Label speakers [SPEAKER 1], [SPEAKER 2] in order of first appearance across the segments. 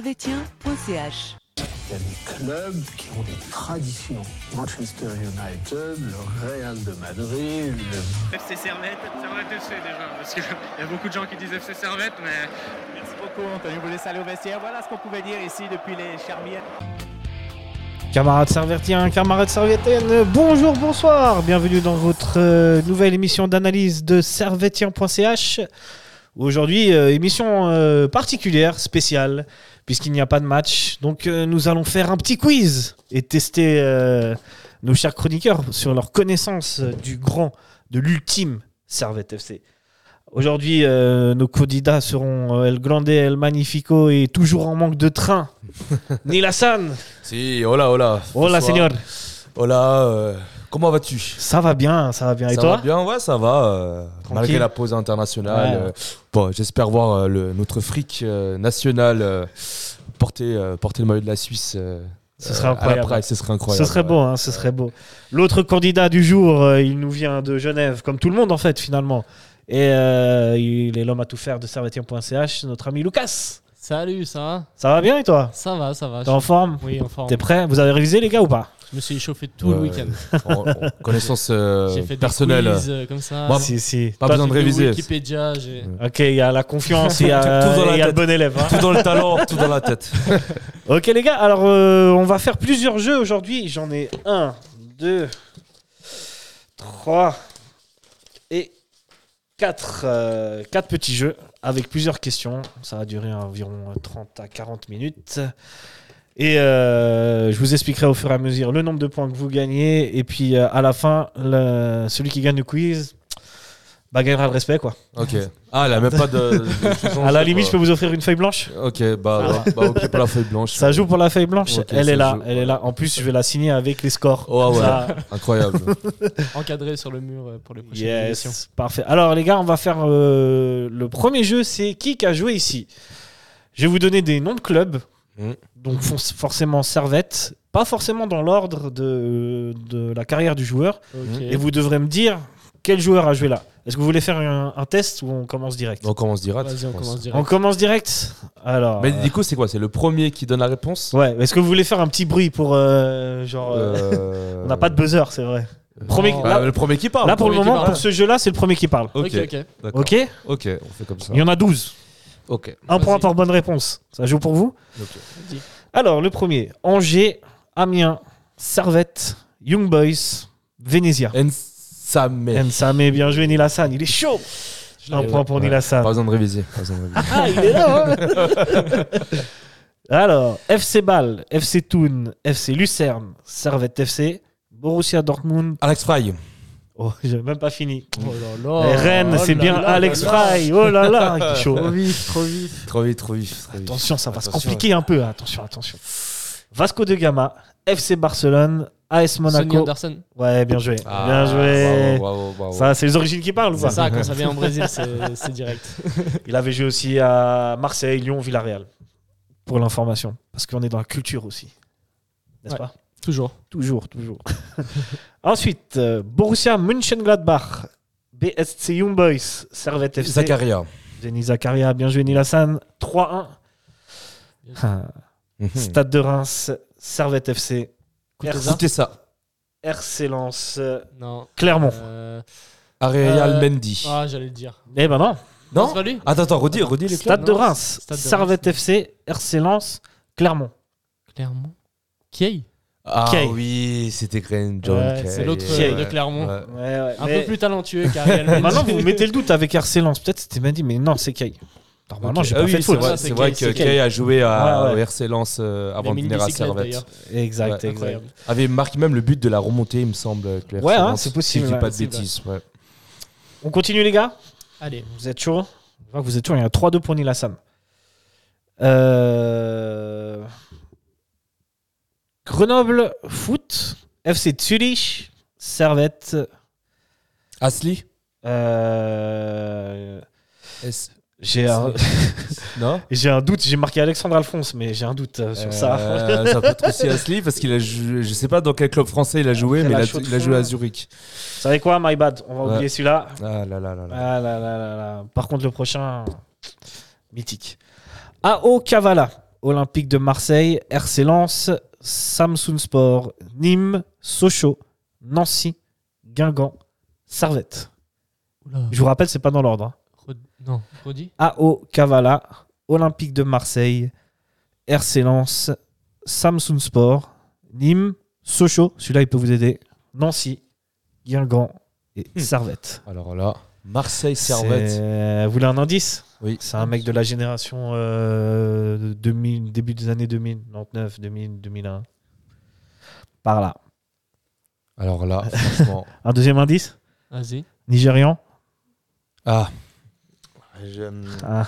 [SPEAKER 1] servetien.ch
[SPEAKER 2] Il y a des clubs qui ont des traditions. Manchester United, le Real de Madrid, le-
[SPEAKER 3] FC Servette, Servette FC déjà, parce qu'il y a beaucoup de gens qui disent FC Servette, mais... Merci beaucoup Anthony, vous laissez aller au vestiaire, voilà ce qu'on pouvait dire ici depuis les Charmières.
[SPEAKER 4] Camarades servietiens, camarades servietiennes, bonjour, bonsoir, bienvenue dans votre euh, nouvelle émission d'analyse de servetien.ch. Aujourd'hui, euh, émission euh, particulière, spéciale, puisqu'il n'y a pas de match. Donc euh, nous allons faire un petit quiz et tester euh, nos chers chroniqueurs sur leur connaissance euh, du grand, de l'ultime Servette FC. Aujourd'hui, euh, nos candidats seront euh, El Grande, El Magnifico et toujours en manque de train, Neil Hassan.
[SPEAKER 5] Si, hola, hola.
[SPEAKER 4] Hola,
[SPEAKER 5] Bonsoir.
[SPEAKER 4] señor.
[SPEAKER 5] Hola, euh, comment vas-tu
[SPEAKER 4] Ça va bien, ça va bien. Et
[SPEAKER 5] Ça
[SPEAKER 4] toi
[SPEAKER 5] va bien, ouais, ça va. euh,
[SPEAKER 4] Tranquille.
[SPEAKER 5] malgré la pause internationale.
[SPEAKER 4] Ouais.
[SPEAKER 5] euh, bon, j'espère voir euh, le, notre fric euh, national euh, porter, euh, porter le maillot de la Suisse. euh,
[SPEAKER 4] Ce
[SPEAKER 5] euh,
[SPEAKER 4] serait
[SPEAKER 5] à la
[SPEAKER 4] incroyable.
[SPEAKER 5] Prague, ce serait
[SPEAKER 4] Ce
[SPEAKER 5] incroyable.
[SPEAKER 4] serait
[SPEAKER 5] ouais.
[SPEAKER 4] beau, hein, ce serait beau. L'autre candidat du jour, euh, il nous vient de Genève, comme tout le monde en fait finalement. Et euh, il est l'homme à tout faire de servetien.ch, notre ami Lucas.
[SPEAKER 6] Salut, ça va
[SPEAKER 4] Ça va bien et toi
[SPEAKER 6] Ça va, ça va.
[SPEAKER 4] T'es en forme
[SPEAKER 6] Oui, en forme.
[SPEAKER 4] T'es prêt Vous avez révisé les gars ou pas
[SPEAKER 6] Je me suis échauffé tout le
[SPEAKER 5] Ouais.
[SPEAKER 6] week-end.
[SPEAKER 5] En- en connaissance euh,
[SPEAKER 6] J'ai fait
[SPEAKER 5] personnelle.
[SPEAKER 6] des quiz euh, comme ça.
[SPEAKER 5] Moi, Ah,
[SPEAKER 4] Si, si.
[SPEAKER 5] Pas
[SPEAKER 4] Toi,
[SPEAKER 5] besoin de
[SPEAKER 6] J'ai fait
[SPEAKER 5] réviser.
[SPEAKER 6] Wikipédia, j'ai...
[SPEAKER 4] tu- Ok, il y a la confiance, il y a,
[SPEAKER 5] Tout- tout dans la
[SPEAKER 4] il y a le
[SPEAKER 5] tête.
[SPEAKER 4] bon élève. hein.
[SPEAKER 5] Tout dans le talent, tout dans la tête.
[SPEAKER 4] Ok les gars, alors euh, on va faire plusieurs jeux aujourd'hui. J'en ai un, deux, trois et quatre, euh, quatre petits jeux avec plusieurs questions. Ça va durer environ 30 à 40 minutes. Et euh, je vous expliquerai au fur et à mesure le nombre de points que vous gagnez. Et puis euh, à la fin, le- celui qui gagne le quiz bah, gagnera le respect. quoi.
[SPEAKER 5] Ok. Ah, elle a même pas de.
[SPEAKER 4] À la limite, je peux vous offrir une feuille blanche
[SPEAKER 5] Ok, bah, bah, ok pour la feuille blanche.
[SPEAKER 4] Ça joue pour la feuille blanche,
[SPEAKER 5] Ok,
[SPEAKER 4] elle
[SPEAKER 5] ça
[SPEAKER 4] est là,
[SPEAKER 5] joue.
[SPEAKER 4] elle est là. En plus, je vais la signer avec les scores.
[SPEAKER 5] Oh, ouais.
[SPEAKER 4] Ça-
[SPEAKER 5] Incroyable.
[SPEAKER 6] encadré sur le mur euh, pour les prochaines émissions.
[SPEAKER 4] Yes, parfait. Alors les gars, on va faire euh, le premier jeu, c'est qui qui a joué ici Je vais vous donner des noms de clubs,
[SPEAKER 5] Mm.
[SPEAKER 4] donc fon- forcément Servette, pas forcément dans l'ordre de, de la carrière du joueur,
[SPEAKER 6] Ok.
[SPEAKER 4] et vous devrez me dire quel joueur a joué là. Est-ce que vous voulez faire un, un test ou on commence direct
[SPEAKER 5] On commence direct.
[SPEAKER 6] Vas-y,
[SPEAKER 5] je
[SPEAKER 6] on
[SPEAKER 5] pense.
[SPEAKER 6] commence direct.
[SPEAKER 4] On commence direct Alors,
[SPEAKER 5] Mais du coup, c'est quoi C'est le premier qui donne la réponse
[SPEAKER 4] euh, ouais. Est-ce que vous voulez faire un petit bruit pour euh, genre euh,
[SPEAKER 5] Euh,
[SPEAKER 4] On n'a pas de buzzer, c'est vrai. Premier,
[SPEAKER 6] Non.
[SPEAKER 5] Bah,
[SPEAKER 4] là-
[SPEAKER 5] le premier qui parle.
[SPEAKER 4] Là, pour
[SPEAKER 5] Premier
[SPEAKER 4] le
[SPEAKER 5] qui
[SPEAKER 4] moment,
[SPEAKER 5] parle.
[SPEAKER 4] pour ce jeu-là, c'est le premier qui parle.
[SPEAKER 5] Ok,
[SPEAKER 6] Ok, ok.
[SPEAKER 5] d'accord.
[SPEAKER 4] Ok
[SPEAKER 5] Ok, on fait comme ça.
[SPEAKER 4] Il y en a 12.
[SPEAKER 5] Ok.
[SPEAKER 4] Un
[SPEAKER 6] Vas-y.
[SPEAKER 4] point par bonne réponse. Ça joue pour vous
[SPEAKER 5] ok.
[SPEAKER 6] Vas-y.
[SPEAKER 4] Alors, le premier Angers, Amiens, Servette, Young Boys, Venezia.
[SPEAKER 5] En sa
[SPEAKER 6] Eh.
[SPEAKER 5] mère.
[SPEAKER 4] Ensame, bien joué, Nilassan. Il est chaud
[SPEAKER 6] Je
[SPEAKER 4] Un
[SPEAKER 6] l'ai-
[SPEAKER 4] point pour
[SPEAKER 5] Ouais. Pas
[SPEAKER 4] Nilassan.
[SPEAKER 5] besoin de réviser. pas besoin de réviser.
[SPEAKER 4] Ah, il est là hein Alors, FC Bâle, FC Thun, FC Lucerne, Servette FC, Borussia Dortmund.
[SPEAKER 5] Alex Fry.
[SPEAKER 4] Oh, j'ai même pas fini.
[SPEAKER 6] Oh là
[SPEAKER 4] Et
[SPEAKER 6] là.
[SPEAKER 4] Rennes,
[SPEAKER 6] Oh
[SPEAKER 4] c'est
[SPEAKER 6] là
[SPEAKER 4] bien
[SPEAKER 6] là,
[SPEAKER 4] Alex
[SPEAKER 6] là là.
[SPEAKER 4] Fry. Oh là là, il est chaud.
[SPEAKER 6] vif, trop vif.
[SPEAKER 5] Trop vite, trop vite. trop vite.
[SPEAKER 4] Attention, ça va se
[SPEAKER 5] Attention,
[SPEAKER 4] compliquer un peu. hein. Attention, attention. Vasco de Gama, FC Barcelone, AS
[SPEAKER 6] Sonny
[SPEAKER 4] Monaco.
[SPEAKER 6] Anderson.
[SPEAKER 4] Ouais, bien joué.
[SPEAKER 5] Ah,
[SPEAKER 4] bien joué.
[SPEAKER 5] bravo, bravo, bravo.
[SPEAKER 4] Ça, c'est les origines qui parlent ou
[SPEAKER 6] C'est
[SPEAKER 4] pas
[SPEAKER 6] ça, quand ça vient en Brésil, c'est c'est direct.
[SPEAKER 4] Il avait joué aussi à Marseille, Lyon, Villarreal. Pour l'information. Parce qu'on est dans la culture aussi. N'est-ce
[SPEAKER 6] Ouais.
[SPEAKER 4] pas
[SPEAKER 6] Toujours.
[SPEAKER 4] Toujours, toujours. Ensuite, euh, Borussia Mönchengladbach, BSC Young Boys, Servette FC.
[SPEAKER 5] Zakaria.
[SPEAKER 4] Denis Zakaria, bien joué Nilassan. 3-1.
[SPEAKER 6] Yes.
[SPEAKER 4] Ah,
[SPEAKER 5] Mhm. Hmm.
[SPEAKER 4] Stade de Reims, Servette FC,
[SPEAKER 6] Kuteza
[SPEAKER 5] Écoutez ça.
[SPEAKER 4] RC Lens, euh,
[SPEAKER 6] Non.
[SPEAKER 4] Clermont.
[SPEAKER 6] Euh,
[SPEAKER 5] Ariel
[SPEAKER 6] Euh,
[SPEAKER 5] Mendy.
[SPEAKER 6] Ah, j'allais le dire.
[SPEAKER 4] Eh ben non.
[SPEAKER 6] Non,
[SPEAKER 5] Non
[SPEAKER 6] c'est pas lui
[SPEAKER 5] Attends, attends, redis, redis les clubs.
[SPEAKER 4] Stade de
[SPEAKER 6] non,
[SPEAKER 4] Reims,
[SPEAKER 6] Stade de
[SPEAKER 4] Servette
[SPEAKER 6] Reims.
[SPEAKER 4] FC, RC Lens, Clermont.
[SPEAKER 6] Clermont. Key
[SPEAKER 5] Ah
[SPEAKER 4] Kay.
[SPEAKER 5] oui, c'était Graham John
[SPEAKER 4] Ouais,
[SPEAKER 5] Kay.
[SPEAKER 6] C'est l'autre
[SPEAKER 4] Kay.
[SPEAKER 6] euh, de Clermont.
[SPEAKER 5] Ouais.
[SPEAKER 4] Ouais, ouais.
[SPEAKER 6] Un
[SPEAKER 4] mais
[SPEAKER 6] peu plus talentueux qu'Ariel
[SPEAKER 4] Maintenant, Bah vous mettez le doute avec RC Lens. Peut-être c'était bien dit, mais non, c'est Kay. Normalement,
[SPEAKER 5] Ok.
[SPEAKER 4] j'ai
[SPEAKER 5] Ah
[SPEAKER 4] pas
[SPEAKER 5] oui,
[SPEAKER 4] fait de
[SPEAKER 5] c'est
[SPEAKER 4] faute.
[SPEAKER 5] vrai,
[SPEAKER 6] Ça, c'est
[SPEAKER 5] c'est vrai
[SPEAKER 6] Kay,
[SPEAKER 5] que
[SPEAKER 6] c'est Kay.
[SPEAKER 5] Kay a joué à
[SPEAKER 4] Ouais, ouais.
[SPEAKER 5] au RC Lens euh, avant de venir à Servette.
[SPEAKER 4] Exact,
[SPEAKER 5] Ouais.
[SPEAKER 4] exact.
[SPEAKER 6] Incroyable.
[SPEAKER 5] Avait marqué même le but de la remontée, il me semble. que le
[SPEAKER 4] Ouais,
[SPEAKER 5] RC
[SPEAKER 4] hein,
[SPEAKER 5] Lens,
[SPEAKER 4] c'est possible,
[SPEAKER 5] Si je
[SPEAKER 4] ouais.
[SPEAKER 5] dis pas de
[SPEAKER 6] Possible.
[SPEAKER 5] bêtises. ouais.
[SPEAKER 4] On continue, les gars
[SPEAKER 6] Allez,
[SPEAKER 4] Vous êtes chaud Je vois que vous êtes chaud. Il y a 3-2 pour Nilassan. Euh... Grenoble Foot, FC Zurich, Servette.
[SPEAKER 5] Asli
[SPEAKER 4] euh, J'ai
[SPEAKER 5] C'est-
[SPEAKER 4] un,
[SPEAKER 5] Non
[SPEAKER 4] j'ai un doute, j'ai marqué Alexandre Alphonse, mais j'ai un doute euh, sur ça.
[SPEAKER 5] Euh, ça peut être aussi Asli parce qu'il a joué, je sais pas dans quel club français il a joué,
[SPEAKER 4] Après,
[SPEAKER 5] mais il
[SPEAKER 4] la
[SPEAKER 5] a,
[SPEAKER 4] chaude
[SPEAKER 5] il a joué
[SPEAKER 4] fin.
[SPEAKER 5] à Zurich.
[SPEAKER 4] Vous savez quoi, my bad, on va
[SPEAKER 5] Ouais.
[SPEAKER 4] oublier celui-là.
[SPEAKER 5] Ah là là là là.
[SPEAKER 4] Ah là là là là là. Par contre, le prochain, mythique. AO Kavala, Olympique de Marseille, RC Lens, Samsung Sport, Nîmes, Sochaux, Nancy, Guingamp, Servette.
[SPEAKER 6] Oula.
[SPEAKER 4] Je vous rappelle, c'est pas dans l'ordre. hein.
[SPEAKER 6] Red- Non, redis.
[SPEAKER 4] AO Kavala, Olympique de Marseille, RC Lens, Samsung Sport, Nîmes, Sochaux, celui-là il peut vous aider, Nancy, Guingamp et
[SPEAKER 5] Hmm.
[SPEAKER 4] Servette.
[SPEAKER 5] Alors là, Marseille-Servette.
[SPEAKER 4] C'est- Vous voulez un indice
[SPEAKER 5] Oui.
[SPEAKER 4] C'est un mec de la génération euh, 2000, début des années 2000, 99, 2000, 2001. Par là.
[SPEAKER 5] Alors là, franchement.
[SPEAKER 4] Un deuxième indice
[SPEAKER 6] Vas-y.
[SPEAKER 4] Nigérian
[SPEAKER 5] Ah. J'aime.
[SPEAKER 4] Ah.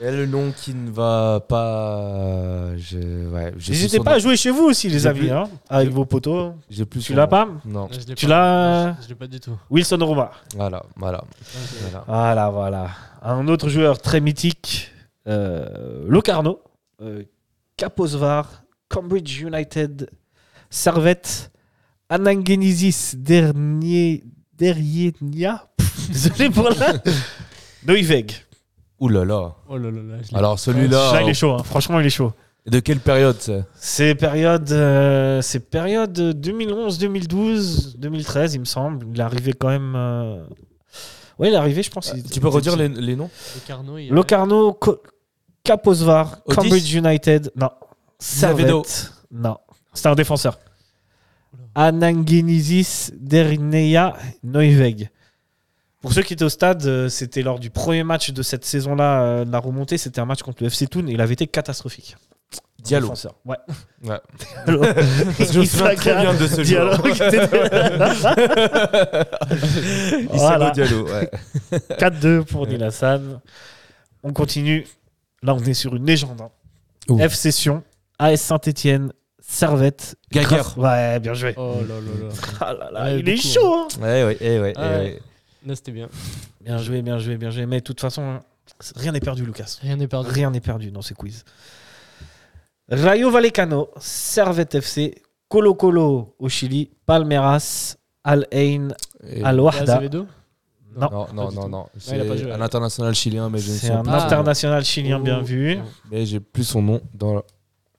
[SPEAKER 5] Et le nom qui ne va pas. Je... Ouais, j'ai plus
[SPEAKER 4] N'hésitez
[SPEAKER 5] son
[SPEAKER 4] pas
[SPEAKER 5] nom.
[SPEAKER 4] à jouer chez vous aussi, les
[SPEAKER 5] J'ai
[SPEAKER 4] amis,
[SPEAKER 5] plus-
[SPEAKER 4] hein, avec vos poteaux.
[SPEAKER 5] J'ai plus.
[SPEAKER 4] Tu
[SPEAKER 5] son
[SPEAKER 4] l'as
[SPEAKER 5] nom.
[SPEAKER 4] pas
[SPEAKER 5] Non.
[SPEAKER 6] Je l'ai
[SPEAKER 4] Tu
[SPEAKER 6] pas.
[SPEAKER 4] l'as-
[SPEAKER 6] Je- Je l'ai pas du tout.
[SPEAKER 4] Wilson Rouma.
[SPEAKER 5] Voilà, voilà. voilà.
[SPEAKER 4] Voilà, voilà. Un autre joueur très mythique, euh, Locarno, euh, Kaposvar, Cambridge United, Servette, Anangenesis, dernier, Derrienia, désolé pour la, Noiveg.
[SPEAKER 5] Ouh là là.
[SPEAKER 6] Oh là là là. je l'ai-
[SPEAKER 5] Alors
[SPEAKER 4] Celui-là,
[SPEAKER 5] celui-là. oh,
[SPEAKER 4] il est chaud, hein. franchement, il est chaud.
[SPEAKER 5] De quelle période c'est
[SPEAKER 4] C'est période, euh, c'est période 2011, 2012, 2013, il me semble. Il est arrivé quand même. euh, Ouais, il est arrivé, je pense. il-
[SPEAKER 5] Euh, Tu peux
[SPEAKER 4] il-
[SPEAKER 5] redire les, les noms
[SPEAKER 6] Le Carnot, il y a-
[SPEAKER 4] Locarno, Co- Kaposvar,
[SPEAKER 5] Otis
[SPEAKER 4] Cambridge United. Non.
[SPEAKER 5] Azevedo.
[SPEAKER 4] Servette. Non. C'était un défenseur. Anangenesis Dernea Neuweg. Pour ceux qui étaient au stade, euh, c'était lors du premier match de cette saison-là, euh, de la remontée. C'était un match contre le FC Toon et il avait été catastrophique.
[SPEAKER 5] Diallo.
[SPEAKER 4] Défenseur. Ouais.
[SPEAKER 5] Ouais.
[SPEAKER 4] Diallo.
[SPEAKER 5] Parce que je me souviens
[SPEAKER 4] Isaka,
[SPEAKER 5] très bien de ce
[SPEAKER 4] Diallo.
[SPEAKER 5] joueur.
[SPEAKER 4] Voilà.
[SPEAKER 5] Issago Diallo, ouais.
[SPEAKER 4] 4-2 pour Nilassan. On continue. Là, on est sur une légende. hein.
[SPEAKER 5] Ouh.
[SPEAKER 4] FC Sion, AS Saint-Etienne, Servette.
[SPEAKER 5] Geiger.
[SPEAKER 4] Kras- Ouais, bien joué.
[SPEAKER 6] Oh là là là.
[SPEAKER 4] Ah là là,
[SPEAKER 6] Ouais,
[SPEAKER 4] il est
[SPEAKER 6] beaucoup,
[SPEAKER 4] chaud. hein.
[SPEAKER 5] Ouais, ouais, eh ouais, eh
[SPEAKER 6] Ah ouais.
[SPEAKER 5] ouais.
[SPEAKER 6] Là, c'était bien.
[SPEAKER 4] Bien joué, bien joué, bien joué. Mais de toute façon, hein, rien n'est perdu, Lucas.
[SPEAKER 6] Rien n'est perdu.
[SPEAKER 4] Rien n'est perdu dans ces quiz. Rayo Vallecano, Servette FC, Colo Colo au Chili, Palmeiras, Al Ain,
[SPEAKER 5] Et-
[SPEAKER 4] Al Wahda.
[SPEAKER 6] Azevedo
[SPEAKER 4] Non.
[SPEAKER 5] Eh Non,
[SPEAKER 6] Pas
[SPEAKER 5] non,
[SPEAKER 6] du
[SPEAKER 5] non,
[SPEAKER 6] tout.
[SPEAKER 5] non.
[SPEAKER 6] il a pas joué,
[SPEAKER 5] C'est
[SPEAKER 6] ouais.
[SPEAKER 5] un international chilien, mais je ne
[SPEAKER 4] C'est
[SPEAKER 5] sais
[SPEAKER 4] un
[SPEAKER 5] plus.
[SPEAKER 4] international chilien, bien
[SPEAKER 6] Oh.
[SPEAKER 4] vu.
[SPEAKER 5] Mais j'ai plus son nom dans la-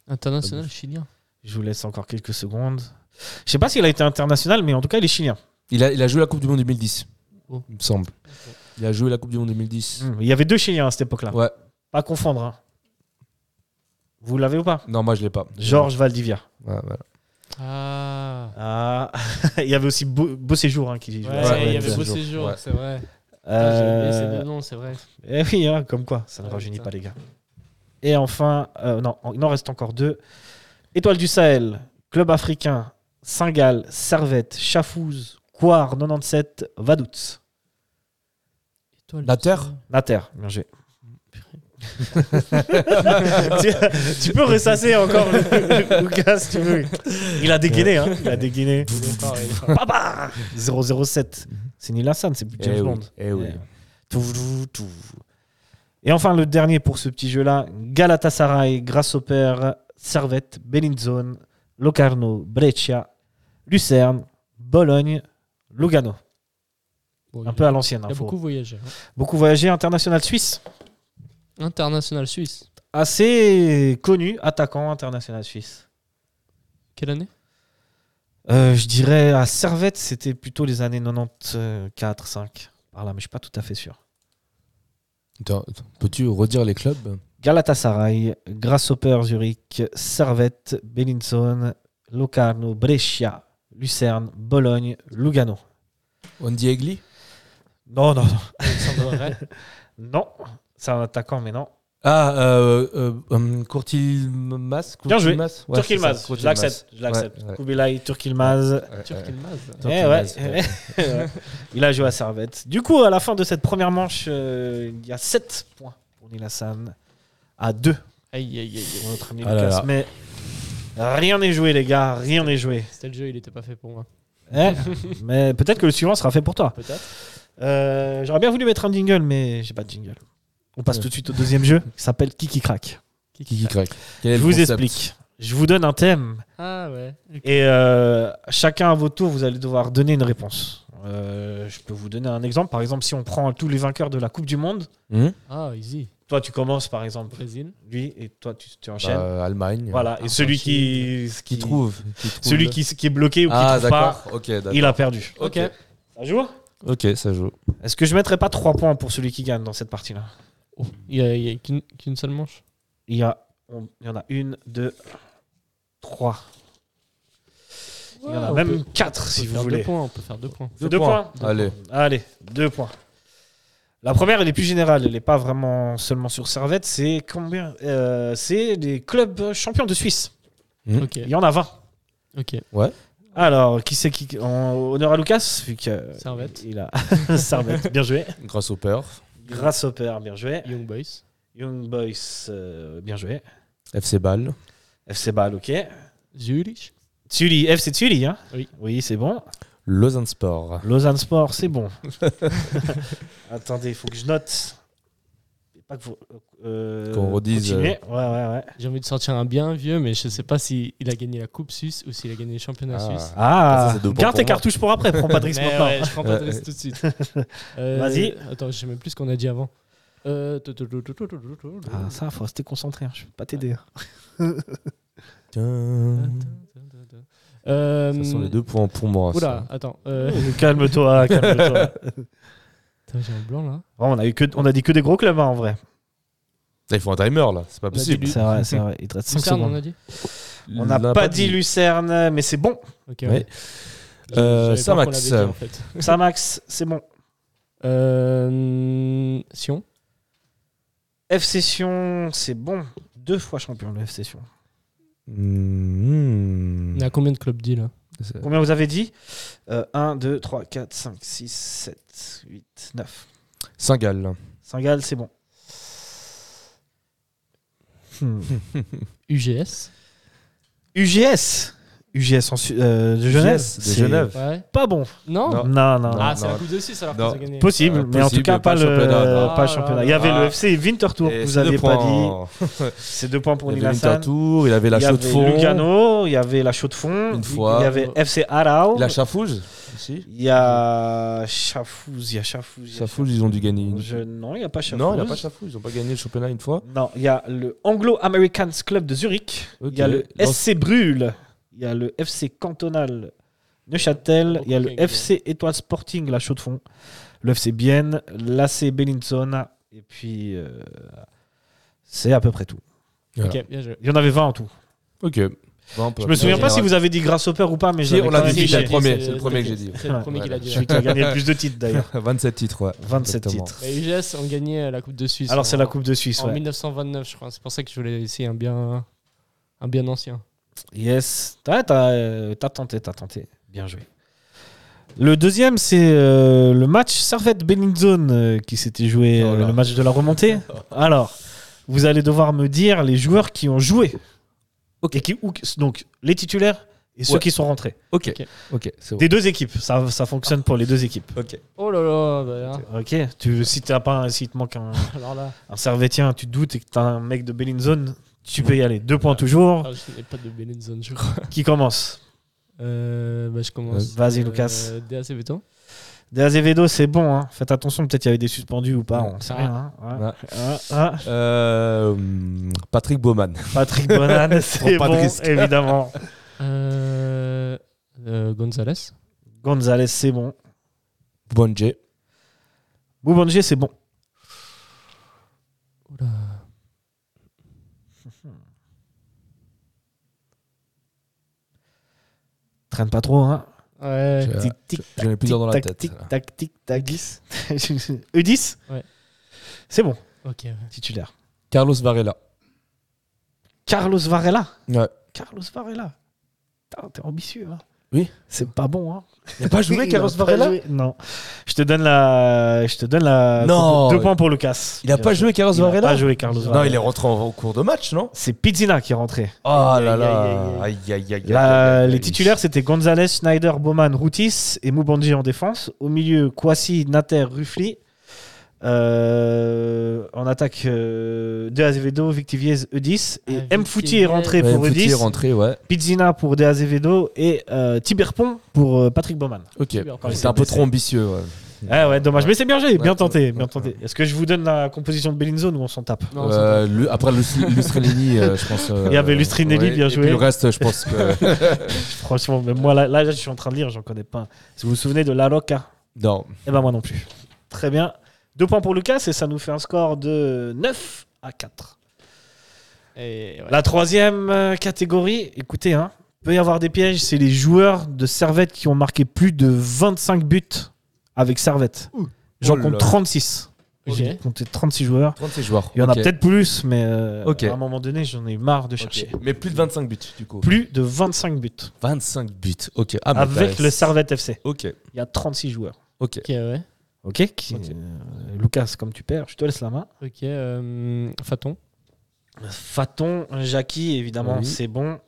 [SPEAKER 6] International chilien.
[SPEAKER 4] Je vous laisse encore quelques secondes. Je sais pas s'il a été international, mais en tout cas, il est chilien.
[SPEAKER 5] Il a, il a joué la Coupe du Monde 2010,
[SPEAKER 6] Oh.
[SPEAKER 5] il me semble. Il a joué la Coupe du Monde 2010.
[SPEAKER 4] Mm, Il y avait deux Chiliens à cette époque-là.
[SPEAKER 5] Ouais,
[SPEAKER 4] Pas à confondre. hein. Vous l'avez ou pas
[SPEAKER 5] non, moi je l'ai pas.
[SPEAKER 4] Georges Valdivia.
[SPEAKER 5] Ouais, voilà.
[SPEAKER 6] Ah.
[SPEAKER 4] Ah, il y avait aussi Beau, Beau Séjour hein, qui
[SPEAKER 6] Ouais,
[SPEAKER 4] jouait.
[SPEAKER 5] ouais,
[SPEAKER 6] il y
[SPEAKER 5] ouais,
[SPEAKER 6] avait
[SPEAKER 5] bien
[SPEAKER 6] beau
[SPEAKER 5] sûr.
[SPEAKER 6] séjour,
[SPEAKER 5] Ouais.
[SPEAKER 6] c'est vrai. Putain, J'ai oublié ces
[SPEAKER 4] Euh,
[SPEAKER 6] deux noms, c'est vrai.
[SPEAKER 4] eh oui, hein, comme quoi, ça ne
[SPEAKER 6] Ouais,
[SPEAKER 4] rajeunit
[SPEAKER 6] putain.
[SPEAKER 4] pas les gars. Et enfin, euh, non, il en reste encore deux. Étoile du Sahel, Club africain, Saint-Gall, Servette, Chafouz, Coire 97, Vaduz.
[SPEAKER 6] Étoile
[SPEAKER 5] La
[SPEAKER 6] du
[SPEAKER 5] Terre
[SPEAKER 6] Sahel.
[SPEAKER 4] Nater, bien joué. tu, tu peux ressasser encore Lucas si tu veux. Il a dégainé, hein. Il a dégainé.
[SPEAKER 6] Il est fort, il est fort.
[SPEAKER 4] Papa 007. C'est Neil Hassan, c'est plus James
[SPEAKER 5] Eh oui,
[SPEAKER 4] Bond.
[SPEAKER 5] eh oui.
[SPEAKER 4] Ouais. Tout, tout, tout. Et enfin, le dernier pour ce petit jeu-là Galatasaray, Grasshopper, Servette, Bellinzone, Locarno, Breccia, Lucerne, Bologne, Lugano.
[SPEAKER 6] Bon,
[SPEAKER 4] Un
[SPEAKER 6] il-
[SPEAKER 4] peu à l'ancienne. hein,
[SPEAKER 6] Il a
[SPEAKER 4] faut-
[SPEAKER 6] beaucoup voyagé.
[SPEAKER 4] beaucoup voyagé, international suisse.
[SPEAKER 6] hein. International suisse.
[SPEAKER 4] assez connu, attaquant international suisse.
[SPEAKER 6] Quelle année
[SPEAKER 4] Euh, je dirais à Servette, c'était plutôt les années 94, 5, par là, mais je suis pas tout à fait sûr.
[SPEAKER 5] Attends, attends, Peux-tu redire les clubs
[SPEAKER 4] Galatasaray, Grasshopper Zurich, Servette, Bellinzone, Locarno, Brescia, Lucerne, Bologne, Lugano.
[SPEAKER 5] Andy Egli
[SPEAKER 4] Non, non, non.
[SPEAKER 6] Alexandre Ray.
[SPEAKER 4] Non, c'est un attaquant, mais non.
[SPEAKER 5] Ah, euh, euh, euh, Courtilmas
[SPEAKER 4] Bien joué.
[SPEAKER 5] Courtilmas Ouais, c'est ça,
[SPEAKER 4] Turkilmaz, je
[SPEAKER 5] Courtilmas.
[SPEAKER 4] l'accepte. Je l'accepte.
[SPEAKER 5] Ouais, ouais.
[SPEAKER 4] Kubilay, Turkilmaz.
[SPEAKER 5] Ouais, ouais.
[SPEAKER 6] Turkilmaz.
[SPEAKER 4] Eh ouais,
[SPEAKER 5] Turkilmaz,
[SPEAKER 4] eh ouais. il a joué à Servette. Du coup, à la fin de cette première manche, euh, il y a 7 points pour Nilassan à 2
[SPEAKER 6] Aïe, aïe, aïe,
[SPEAKER 4] pour
[SPEAKER 6] aïe.
[SPEAKER 4] notre ami
[SPEAKER 5] Ah là
[SPEAKER 4] Lucas.
[SPEAKER 5] là.
[SPEAKER 4] Mais rien n'est joué, les gars, rien n'est joué.
[SPEAKER 6] C'était le jeu, il était pas fait pour moi.
[SPEAKER 4] Eh, mais peut-être que le suivant sera fait pour toi.
[SPEAKER 6] Peut-être.
[SPEAKER 4] Euh, J'aurais bien voulu mettre un jingle, mais j'ai pas de jingle. On passe tout de suite au deuxième jeu qui s'appelle Qui qui craque.
[SPEAKER 5] Qui qui craque Quel est
[SPEAKER 4] Je
[SPEAKER 5] le
[SPEAKER 4] vous
[SPEAKER 5] concept
[SPEAKER 4] explique. Je vous donne un thème
[SPEAKER 6] Ah ouais.
[SPEAKER 4] Et euh, chacun à votre tour, vous allez devoir donner une réponse. Euh, je peux vous donner un exemple. Par exemple, si on prend tous les vainqueurs de la Coupe du Monde,
[SPEAKER 5] Hum
[SPEAKER 6] Ah, easy.
[SPEAKER 4] Toi, tu commences par exemple,
[SPEAKER 6] Brésil.
[SPEAKER 4] lui, et toi, tu, tu enchaînes.
[SPEAKER 5] Bah, Allemagne.
[SPEAKER 4] voilà. Et
[SPEAKER 6] Ah,
[SPEAKER 4] celui
[SPEAKER 6] Argentine,
[SPEAKER 4] qui,
[SPEAKER 5] Qui trouve qui trouve
[SPEAKER 4] celui
[SPEAKER 5] le-
[SPEAKER 4] qui, qui est bloqué ou qui
[SPEAKER 5] Ah,
[SPEAKER 4] trouve pas,
[SPEAKER 5] d'accord. Ok, d'accord.
[SPEAKER 4] il a perdu.
[SPEAKER 5] Ok.
[SPEAKER 6] Ok.
[SPEAKER 4] Un jour
[SPEAKER 5] Ok, ça joue.
[SPEAKER 4] Est-ce que je mettrais pas 3 points pour celui qui gagne dans cette partie-là
[SPEAKER 6] Oh, Il y a, il y a qu'une qu'une seule manche.
[SPEAKER 4] il y, a, on- il y en a une, deux, trois. Il y en a
[SPEAKER 6] Ouais, on peut-
[SPEAKER 4] même quatre
[SPEAKER 6] on
[SPEAKER 4] si
[SPEAKER 6] peut
[SPEAKER 4] vous
[SPEAKER 6] faire
[SPEAKER 4] voulez.
[SPEAKER 6] Deux points, on peut faire deux points.
[SPEAKER 4] Deux, points.
[SPEAKER 5] Allez.
[SPEAKER 4] Allez, deux points. La première, elle est plus générale, elle n'est pas vraiment seulement sur Servette, c'est combien euh, C'est des clubs champions de Suisse.
[SPEAKER 6] Ok.
[SPEAKER 4] Il y en a 20.
[SPEAKER 6] Ok.
[SPEAKER 4] Alors, qui c'est qui en Honneur à Lucas, vu que.
[SPEAKER 6] Servette.
[SPEAKER 4] Il a. Servette, bien joué.
[SPEAKER 5] Grâce au père.
[SPEAKER 4] Grasshopper, bien joué.
[SPEAKER 6] Young Boys.
[SPEAKER 4] Young Boys, euh, bien joué.
[SPEAKER 5] FC Bâle.
[SPEAKER 4] FC Bâle, ok.
[SPEAKER 6] Zurich.
[SPEAKER 4] Tully, FC Tully, hein
[SPEAKER 6] Oui.
[SPEAKER 4] Oui, c'est bon.
[SPEAKER 5] Lausanne Sport.
[SPEAKER 4] Lausanne Sport, c'est bon. Attendez, il faut que je note. Pas que vous. euh,
[SPEAKER 5] Qu'on redise,
[SPEAKER 4] continuez. Ouais, ouais, ouais.
[SPEAKER 6] J'ai envie de sortir un bien vieux, mais je sais pas s'il il a gagné la Coupe Suisse ou s'il a gagné le championnat
[SPEAKER 5] Ah.
[SPEAKER 6] suisse.
[SPEAKER 4] Ah,
[SPEAKER 5] ça, c'est deux points
[SPEAKER 4] garde
[SPEAKER 5] pour
[SPEAKER 4] tes
[SPEAKER 5] moi.
[SPEAKER 4] cartouches pour après, prends Patrice
[SPEAKER 6] Mais
[SPEAKER 4] maintenant.
[SPEAKER 6] ouais, je prends pas de
[SPEAKER 5] Ouais,
[SPEAKER 6] risque
[SPEAKER 5] ouais.
[SPEAKER 6] tout de suite. Euh,
[SPEAKER 4] Vas-y.
[SPEAKER 6] Attends, je sais même plus ce qu'on a dit avant. Euh, tout, tout, tout, tout, tout, tout, tout, tout.
[SPEAKER 4] Ah, ça, faut rester concentré, hein, je peux pas t'aider. hein.
[SPEAKER 6] Euh,
[SPEAKER 5] Ce sont les deux hein. points pour moi.
[SPEAKER 6] Oula, attends. euh,
[SPEAKER 4] calme-toi, calme-toi.
[SPEAKER 6] Putain, j'ai un blanc là.
[SPEAKER 4] Vraiment, on, a eu que, on a dit que des gros clubs hein, en vrai.
[SPEAKER 5] ça. Il faut un timer là, c'est pas
[SPEAKER 6] On a
[SPEAKER 5] possible.
[SPEAKER 6] dit
[SPEAKER 4] C'est vrai, c'est vrai. Il te reste 5
[SPEAKER 6] Lucerne, on
[SPEAKER 4] secondes.
[SPEAKER 6] a dit
[SPEAKER 4] On n'a pas, dit Lucerne, mais c'est bon.
[SPEAKER 6] Ok,
[SPEAKER 5] Ouais.
[SPEAKER 6] ouais.
[SPEAKER 5] Euh,
[SPEAKER 6] J'avais peur qu'on
[SPEAKER 5] Saint-Max.
[SPEAKER 6] l'avait dit, en fait.
[SPEAKER 4] Ça, Max, c'est bon.
[SPEAKER 6] Euh, Sion.
[SPEAKER 5] Hmm.
[SPEAKER 4] FC Sion, c'est bon. Deux fois champion, le FC Sion.
[SPEAKER 5] Hmm.
[SPEAKER 6] On a combien de clubs dit là
[SPEAKER 4] Combien vous avez dit Euh, 1, 2, 3, 4, 5, 6, 7, 8, 9.
[SPEAKER 5] Saint-Gall.
[SPEAKER 4] Saint-Gall, c'est bon. Hmm.
[SPEAKER 6] UGS.
[SPEAKER 4] UGS UGS en Su- euh, de Genève
[SPEAKER 5] UGS de
[SPEAKER 4] c'est
[SPEAKER 5] Genève.
[SPEAKER 6] Ouais.
[SPEAKER 4] Pas bon.
[SPEAKER 6] Non,
[SPEAKER 5] Non.
[SPEAKER 4] Non, non.
[SPEAKER 6] Ah,
[SPEAKER 5] Non,
[SPEAKER 6] c'est
[SPEAKER 5] non.
[SPEAKER 6] un coup de 6 alors
[SPEAKER 5] Non.
[SPEAKER 6] qu'ils ont gagné.
[SPEAKER 4] Possible,
[SPEAKER 5] Euh,
[SPEAKER 4] mais en tout
[SPEAKER 5] possible,
[SPEAKER 4] cas, pas,
[SPEAKER 5] pas
[SPEAKER 4] le
[SPEAKER 5] le championnat,
[SPEAKER 6] non.
[SPEAKER 4] pas le
[SPEAKER 6] Ah,
[SPEAKER 4] championnat.
[SPEAKER 6] là,
[SPEAKER 4] Il y avait
[SPEAKER 5] là.
[SPEAKER 4] le FC Winterthur
[SPEAKER 5] Et
[SPEAKER 4] que vous
[SPEAKER 5] c'est deux
[SPEAKER 4] n'aviez pas dit.
[SPEAKER 5] points.
[SPEAKER 4] C'est deux points pour
[SPEAKER 5] Il y avait
[SPEAKER 4] Nilassan.
[SPEAKER 5] Winterthur, il avait la
[SPEAKER 4] il y
[SPEAKER 5] chaux de
[SPEAKER 4] avait
[SPEAKER 5] fond.
[SPEAKER 4] Lugano, il y avait la chaux de fond,
[SPEAKER 5] Une fois.
[SPEAKER 4] il y avait FC Arau,
[SPEAKER 5] La Chafouge aussi.
[SPEAKER 4] il y a Chafouz, il y a Chafouz, il y a
[SPEAKER 5] Chafouge, ils ont dû gagner une.
[SPEAKER 4] Je- Non, il n'y a pas Chafouz.
[SPEAKER 5] Non, il n'y a pas Chafouge, ils n'ont pas gagné le championnat une fois.
[SPEAKER 4] Non, il y a le Anglo Americans Club de Zurich, il y a
[SPEAKER 5] Ok.
[SPEAKER 4] le SC Brûle, il y a le FC Cantonal Neuchâtel, il y a le
[SPEAKER 6] Ok,
[SPEAKER 4] FC Étoile Sporting, la chaux de fond, le FC Bienne, l'AC Bellinzona, et puis euh, c'est à peu près tout.
[SPEAKER 6] Ok, bien joué.
[SPEAKER 4] Il y en avait 20 en tout.
[SPEAKER 5] Ok.
[SPEAKER 4] Je me souviens pas si vous avez dit Grasshopper ou pas, mais
[SPEAKER 5] Si,
[SPEAKER 4] j'avais
[SPEAKER 5] on
[SPEAKER 4] quand
[SPEAKER 5] l'a
[SPEAKER 4] même
[SPEAKER 5] dit,
[SPEAKER 4] dit
[SPEAKER 5] c'est le
[SPEAKER 4] j'ai-
[SPEAKER 5] premier, c'est le premier que j'ai dit.
[SPEAKER 6] C'est le premier
[SPEAKER 5] Ouais.
[SPEAKER 6] qui l'a dit.
[SPEAKER 4] celui qui a gagné le plus de titres d'ailleurs.
[SPEAKER 5] 27 titres, ouais.
[SPEAKER 4] 27
[SPEAKER 5] Exactement.
[SPEAKER 4] titres.
[SPEAKER 6] Mais UGS ont gagné la Coupe de Suisse.
[SPEAKER 4] Alors c'est la
[SPEAKER 6] en-
[SPEAKER 4] Coupe de Suisse,
[SPEAKER 6] En
[SPEAKER 4] ouais.
[SPEAKER 6] 1929, je crois. C'est pour ça que je voulais essayer un bien, un bien ancien.
[SPEAKER 4] Yes. Ouais, T'as euh, t'as tenté, t'as tenté. Bien joué. Le deuxième, c'est euh, le match servette bellinzone euh, qui s'était joué, euh,
[SPEAKER 5] Oh là.
[SPEAKER 4] le match de la remontée. Alors, vous allez devoir me dire les joueurs qui ont joué. Et qui, ou- donc, les titulaires et ceux
[SPEAKER 5] Ouais.
[SPEAKER 4] qui sont rentrés.
[SPEAKER 5] Ok.
[SPEAKER 6] Ok.
[SPEAKER 5] Ok, c'est bon.
[SPEAKER 4] Des deux équipes. Ça, ça fonctionne pour les deux équipes.
[SPEAKER 5] Ok.
[SPEAKER 6] Oh là là, bah là,
[SPEAKER 4] Ok. Tu, si, t'as pas, un- si te manque un,
[SPEAKER 6] alors là,
[SPEAKER 4] un servetien, tu te doutes et que t'as un mec de bellinzone tu peux y aller. Deux points toujours.
[SPEAKER 6] ah, je n'ai pas de Bellinzone, je crois.
[SPEAKER 4] Qui commence
[SPEAKER 6] Euh, bah, je commence.
[SPEAKER 4] Vas-y,
[SPEAKER 6] euh,
[SPEAKER 4] Lucas.
[SPEAKER 6] DAC Veto.
[SPEAKER 4] Des Azevedo, c'est bon. Hein. Faites attention, peut-être il y avait des suspendus ou pas. On sait
[SPEAKER 6] Ah.
[SPEAKER 4] rien. hein. Ouais.
[SPEAKER 5] Ouais.
[SPEAKER 4] Ah, ah.
[SPEAKER 5] Euh, hum, Patrick Baumann.
[SPEAKER 4] Patrick Bonan, c'est
[SPEAKER 5] Prends pas de
[SPEAKER 4] bon,
[SPEAKER 5] risque.
[SPEAKER 4] évidemment.
[SPEAKER 6] Euh, euh, Gonzalez.
[SPEAKER 4] Gonzalez, c'est bon.
[SPEAKER 5] Bonje.
[SPEAKER 4] Boubanje, c'est bon. Traîne pas trop. Hein.
[SPEAKER 6] Ouais.
[SPEAKER 5] Je-
[SPEAKER 4] Tic, tic,
[SPEAKER 5] J'en ai plusieurs dans la
[SPEAKER 4] tac,
[SPEAKER 5] tête.
[SPEAKER 4] Tic,
[SPEAKER 5] là.
[SPEAKER 4] tac, tic, tac. E10
[SPEAKER 6] Ouais.
[SPEAKER 4] C'est bon,
[SPEAKER 6] Ok. ouais.
[SPEAKER 4] titulaire.
[SPEAKER 5] Carlos Varela.
[SPEAKER 4] Carlos Varela.
[SPEAKER 5] Ouais.
[SPEAKER 4] Carlos Varela. Putain, T'es ambitieux. Hein.
[SPEAKER 5] Oui.
[SPEAKER 4] C'est pas bon. Hein.
[SPEAKER 5] Il n'a pas joué, Carlos
[SPEAKER 4] Il a pas
[SPEAKER 5] Varela
[SPEAKER 4] joué. Non. Je te donne la. Je te donne la.
[SPEAKER 5] Non.
[SPEAKER 4] Deux points pour Lucas.
[SPEAKER 5] Il n'a pas joué, Carlos
[SPEAKER 4] Il a
[SPEAKER 5] Varela
[SPEAKER 4] pas joué Carlos Varela.
[SPEAKER 5] Non, il est rentré en, en cours de match, non
[SPEAKER 4] C'est Pizzina qui est rentré.
[SPEAKER 5] Oh
[SPEAKER 6] Aïe,
[SPEAKER 5] là
[SPEAKER 6] aïe,
[SPEAKER 5] là. Aïe, aïe, aïe, aïe,
[SPEAKER 4] La-
[SPEAKER 5] aïe, aïe.
[SPEAKER 4] Bah, les titulaires, c'était Gonzalez, Schneider, Bowman, Routis et Moubanji en défense. Au milieu, Kwasi, Nater, Ruffli. Euh, en attaque, euh, De Azevedo, Victiviez, E10. Et
[SPEAKER 6] Ah,
[SPEAKER 4] M. Fouti est rentré
[SPEAKER 5] Ouais,
[SPEAKER 4] pour
[SPEAKER 5] Mfouti est
[SPEAKER 4] E10.
[SPEAKER 5] rentré, ouais.
[SPEAKER 4] Pizzina pour De Azevedo et euh, Tiberpon pour euh, Patrick Baumann.
[SPEAKER 5] Ok.
[SPEAKER 6] Super,
[SPEAKER 5] C'est un peu trop ambitieux. ouais.
[SPEAKER 4] Ah ouais, dommage.
[SPEAKER 5] Ouais.
[SPEAKER 4] Mais c'est bien joué, bien
[SPEAKER 5] Ouais,
[SPEAKER 4] tenté,
[SPEAKER 5] ouais,
[SPEAKER 4] bien
[SPEAKER 5] ouais.
[SPEAKER 4] tenté. Est-ce que je vous donne la composition de Bellinzone ou on s'en tape
[SPEAKER 6] Non,
[SPEAKER 5] Euh, Lu- après Luc- Lustrelini, euh, je pense. euh,
[SPEAKER 4] Il y avait Lustrinelli, bien
[SPEAKER 5] et
[SPEAKER 4] joué.
[SPEAKER 5] puis le reste, je pense que.
[SPEAKER 4] Franchement, même moi, là, là, je suis en train de lire, j'en connais pas. Si vous vous souvenez de La Roca
[SPEAKER 5] non.
[SPEAKER 4] Eh ben moi non plus. Très bien. Deux points pour Lucas et ça nous fait un score de 9 à 4.
[SPEAKER 6] Et ouais.
[SPEAKER 4] La troisième euh, catégorie, écoutez, hein, peut y avoir des pièges, c'est les joueurs de Servette qui ont marqué plus de 25 buts avec Servette.
[SPEAKER 5] Ouh.
[SPEAKER 4] J'en
[SPEAKER 5] Oh là
[SPEAKER 4] compte
[SPEAKER 5] là.
[SPEAKER 4] 36.
[SPEAKER 6] Ok.
[SPEAKER 4] J'ai compté 36 joueurs.
[SPEAKER 5] 36 joueurs.
[SPEAKER 4] Il y en a
[SPEAKER 5] Ok.
[SPEAKER 4] peut-être plus, mais euh,
[SPEAKER 5] Ok.
[SPEAKER 4] à un moment donné, j'en ai marre de chercher.
[SPEAKER 5] Ok. Mais plus de 25 buts, du coup.
[SPEAKER 4] Plus de 25 buts
[SPEAKER 5] 25 buts, ok. Ah, mais
[SPEAKER 4] avec
[SPEAKER 5] t'as-
[SPEAKER 4] le Servette FC.
[SPEAKER 5] Ok,
[SPEAKER 4] Il y a 36 joueurs.
[SPEAKER 5] ok.
[SPEAKER 6] Ok, ouais.
[SPEAKER 4] Ok, qui- euh, Lucas, comme tu perds, je te laisse la main.
[SPEAKER 6] Ok, euh, Faton.
[SPEAKER 4] Faton, Jackie, évidemment,
[SPEAKER 5] Oui.
[SPEAKER 4] c'est bon.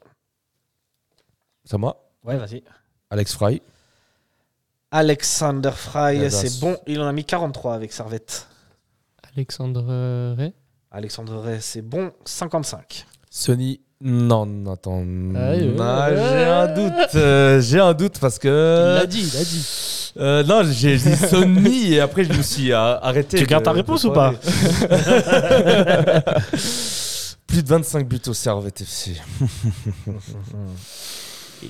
[SPEAKER 5] C'est à moi.
[SPEAKER 4] Ouais, vas-y.
[SPEAKER 5] Alex Fry.
[SPEAKER 4] Alexander Fry,
[SPEAKER 5] Gadas.
[SPEAKER 4] c'est bon. Il en a mis 43 avec Servette.
[SPEAKER 6] Alexandre euh, Ray.
[SPEAKER 4] Alexandre Ray, c'est bon. 55.
[SPEAKER 5] Sonny. Non, attends.
[SPEAKER 6] ouais,
[SPEAKER 5] Ah,
[SPEAKER 6] ouais.
[SPEAKER 5] J'ai un doute. euh, j'ai un doute parce que.
[SPEAKER 6] Il l'a dit, il l'a dit.
[SPEAKER 5] Euh, non, j'ai j'ai dit Sony et après je me suis euh, arrêté.
[SPEAKER 4] Tu
[SPEAKER 5] de-
[SPEAKER 4] gardes ta
[SPEAKER 5] de
[SPEAKER 4] réponse ou
[SPEAKER 5] parler. Plus de 25 buts au Servette FC.
[SPEAKER 4] Mhm.